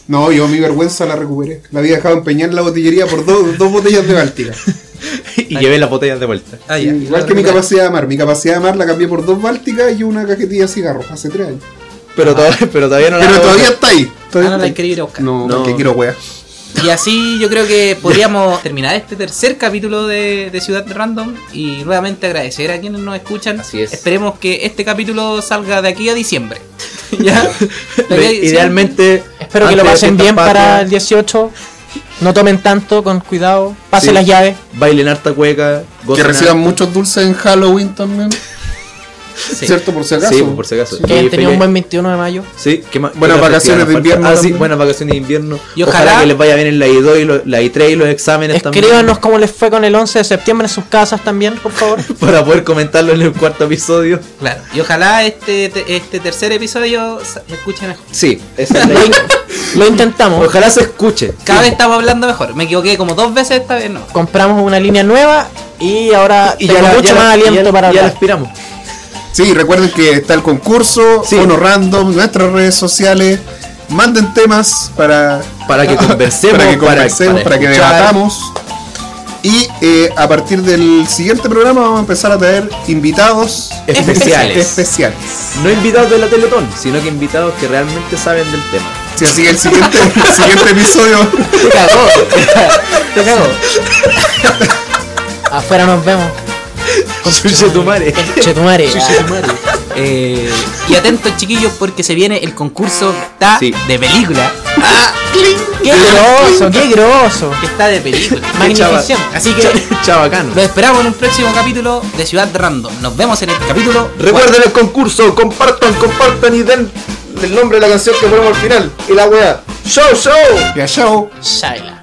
Speaker 3: No, yo mi vergüenza la recuperé. La había dejado empeñar en la botillería por dos, dos botellas de Báltica.
Speaker 1: y llevé las botellas de vuelta.
Speaker 4: Ah, ya.
Speaker 3: Igual que mi capacidad de amar. Mi capacidad de amar la cambié por dos Bálticas y una cajetilla de cigarros hace tres años.
Speaker 1: Pero, todavía, pero todavía no la
Speaker 3: Pero
Speaker 1: hago.
Speaker 3: todavía está ahí.
Speaker 4: Ah,
Speaker 3: Todavía
Speaker 4: no
Speaker 3: está
Speaker 4: la
Speaker 3: ahí.
Speaker 4: quería ir a buscar.
Speaker 3: No,
Speaker 1: No.
Speaker 3: no, que quiero wea.
Speaker 4: Y así yo creo que podríamos terminar este tercer capítulo de, de Ciudad Random y nuevamente agradecer a quienes nos escuchan.
Speaker 1: Así es.
Speaker 4: Esperemos que este capítulo salga de aquí a diciembre. ¿Ya? De aquí a
Speaker 1: Ve-
Speaker 4: diciembre.
Speaker 1: Idealmente.
Speaker 2: Espero que
Speaker 1: antes
Speaker 2: lo
Speaker 1: de
Speaker 2: pasen
Speaker 1: fiestas
Speaker 2: bien para el
Speaker 1: patrias,
Speaker 2: 18. No tomen tanto, con cuidado. Pasen
Speaker 1: Sí.
Speaker 2: las llaves.
Speaker 1: Bailen harta cueca.
Speaker 3: Que
Speaker 1: gocen
Speaker 3: reciban
Speaker 1: harto.
Speaker 3: muchos dulces en Halloween también.
Speaker 4: Sí.
Speaker 3: ¿Cierto? Por si acaso.
Speaker 1: Sí, por si acaso.
Speaker 2: Que
Speaker 1: Y
Speaker 2: hayan tenido un
Speaker 1: feliz-
Speaker 2: buen 21 de mayo.
Speaker 1: Sí, ¿qué más?
Speaker 3: Buenas
Speaker 1: ¿Qué más
Speaker 3: vacaciones
Speaker 1: festividad
Speaker 3: de
Speaker 1: nos falta?
Speaker 3: invierno
Speaker 1: Ah, sí,
Speaker 3: también.
Speaker 1: buenas vacaciones de invierno.
Speaker 4: Y
Speaker 1: ojalá,
Speaker 4: ojalá-
Speaker 1: que les vaya bien en la I2 y lo- la I3 y los exámenes también.
Speaker 2: Escríbanos cómo les fue con el 11 de septiembre en sus casas también, por favor.
Speaker 1: Para poder comentarlo en el cuarto episodio.
Speaker 4: Claro. Y ojalá este, te- este tercer episodio sa- se escuche mejor.
Speaker 1: Sí, esa es la idea.
Speaker 2: Lo intentamos.
Speaker 1: Ojalá se escuche.
Speaker 4: Cada vez estamos hablando mejor. Me equivoqué como dos veces esta vez, no.
Speaker 2: Compramos una línea nueva y ahora
Speaker 1: Y
Speaker 2: tengo
Speaker 1: ya la-
Speaker 2: mucho
Speaker 1: ya la-
Speaker 2: más aliento
Speaker 1: ya la-
Speaker 2: para
Speaker 1: ya la
Speaker 2: hablar.
Speaker 1: aspiramos.
Speaker 3: Sí, recuerden que está el concurso,
Speaker 1: Sí.
Speaker 3: Bono Random, nuestras redes sociales. Manden temas para,
Speaker 1: Para que conversemos,
Speaker 3: para que,
Speaker 1: para-
Speaker 3: conversemos,
Speaker 1: para
Speaker 3: para que
Speaker 1: escuchar.
Speaker 3: debatamos. Y eh, a partir del siguiente programa vamos a empezar a traer invitados
Speaker 1: Especiales.
Speaker 3: especiales.
Speaker 1: No invitados de la Teletón, sino que invitados que realmente saben del tema.
Speaker 3: Sí, así que el siguiente, el siguiente episodio
Speaker 1: Te cagó, te cagó.
Speaker 2: Afuera nos vemos.
Speaker 1: Chuche tu madre.
Speaker 2: Chetumare.
Speaker 4: Eh, y atentos chiquillos porque se viene el concurso está
Speaker 1: Sí.
Speaker 4: de película.
Speaker 2: Qué groso, qué groso.
Speaker 4: Que está de película.
Speaker 2: Magnificent.
Speaker 4: Así que
Speaker 1: Chabacano.
Speaker 4: lo esperamos en un próximo capítulo de Ciudad Random. Nos vemos en el capítulo.
Speaker 1: Recuerden el concurso, compartan, compartan y den el nombre de la canción que ponemos al final. Y la weá. Show, show.
Speaker 3: ya chao.
Speaker 2: Shaila.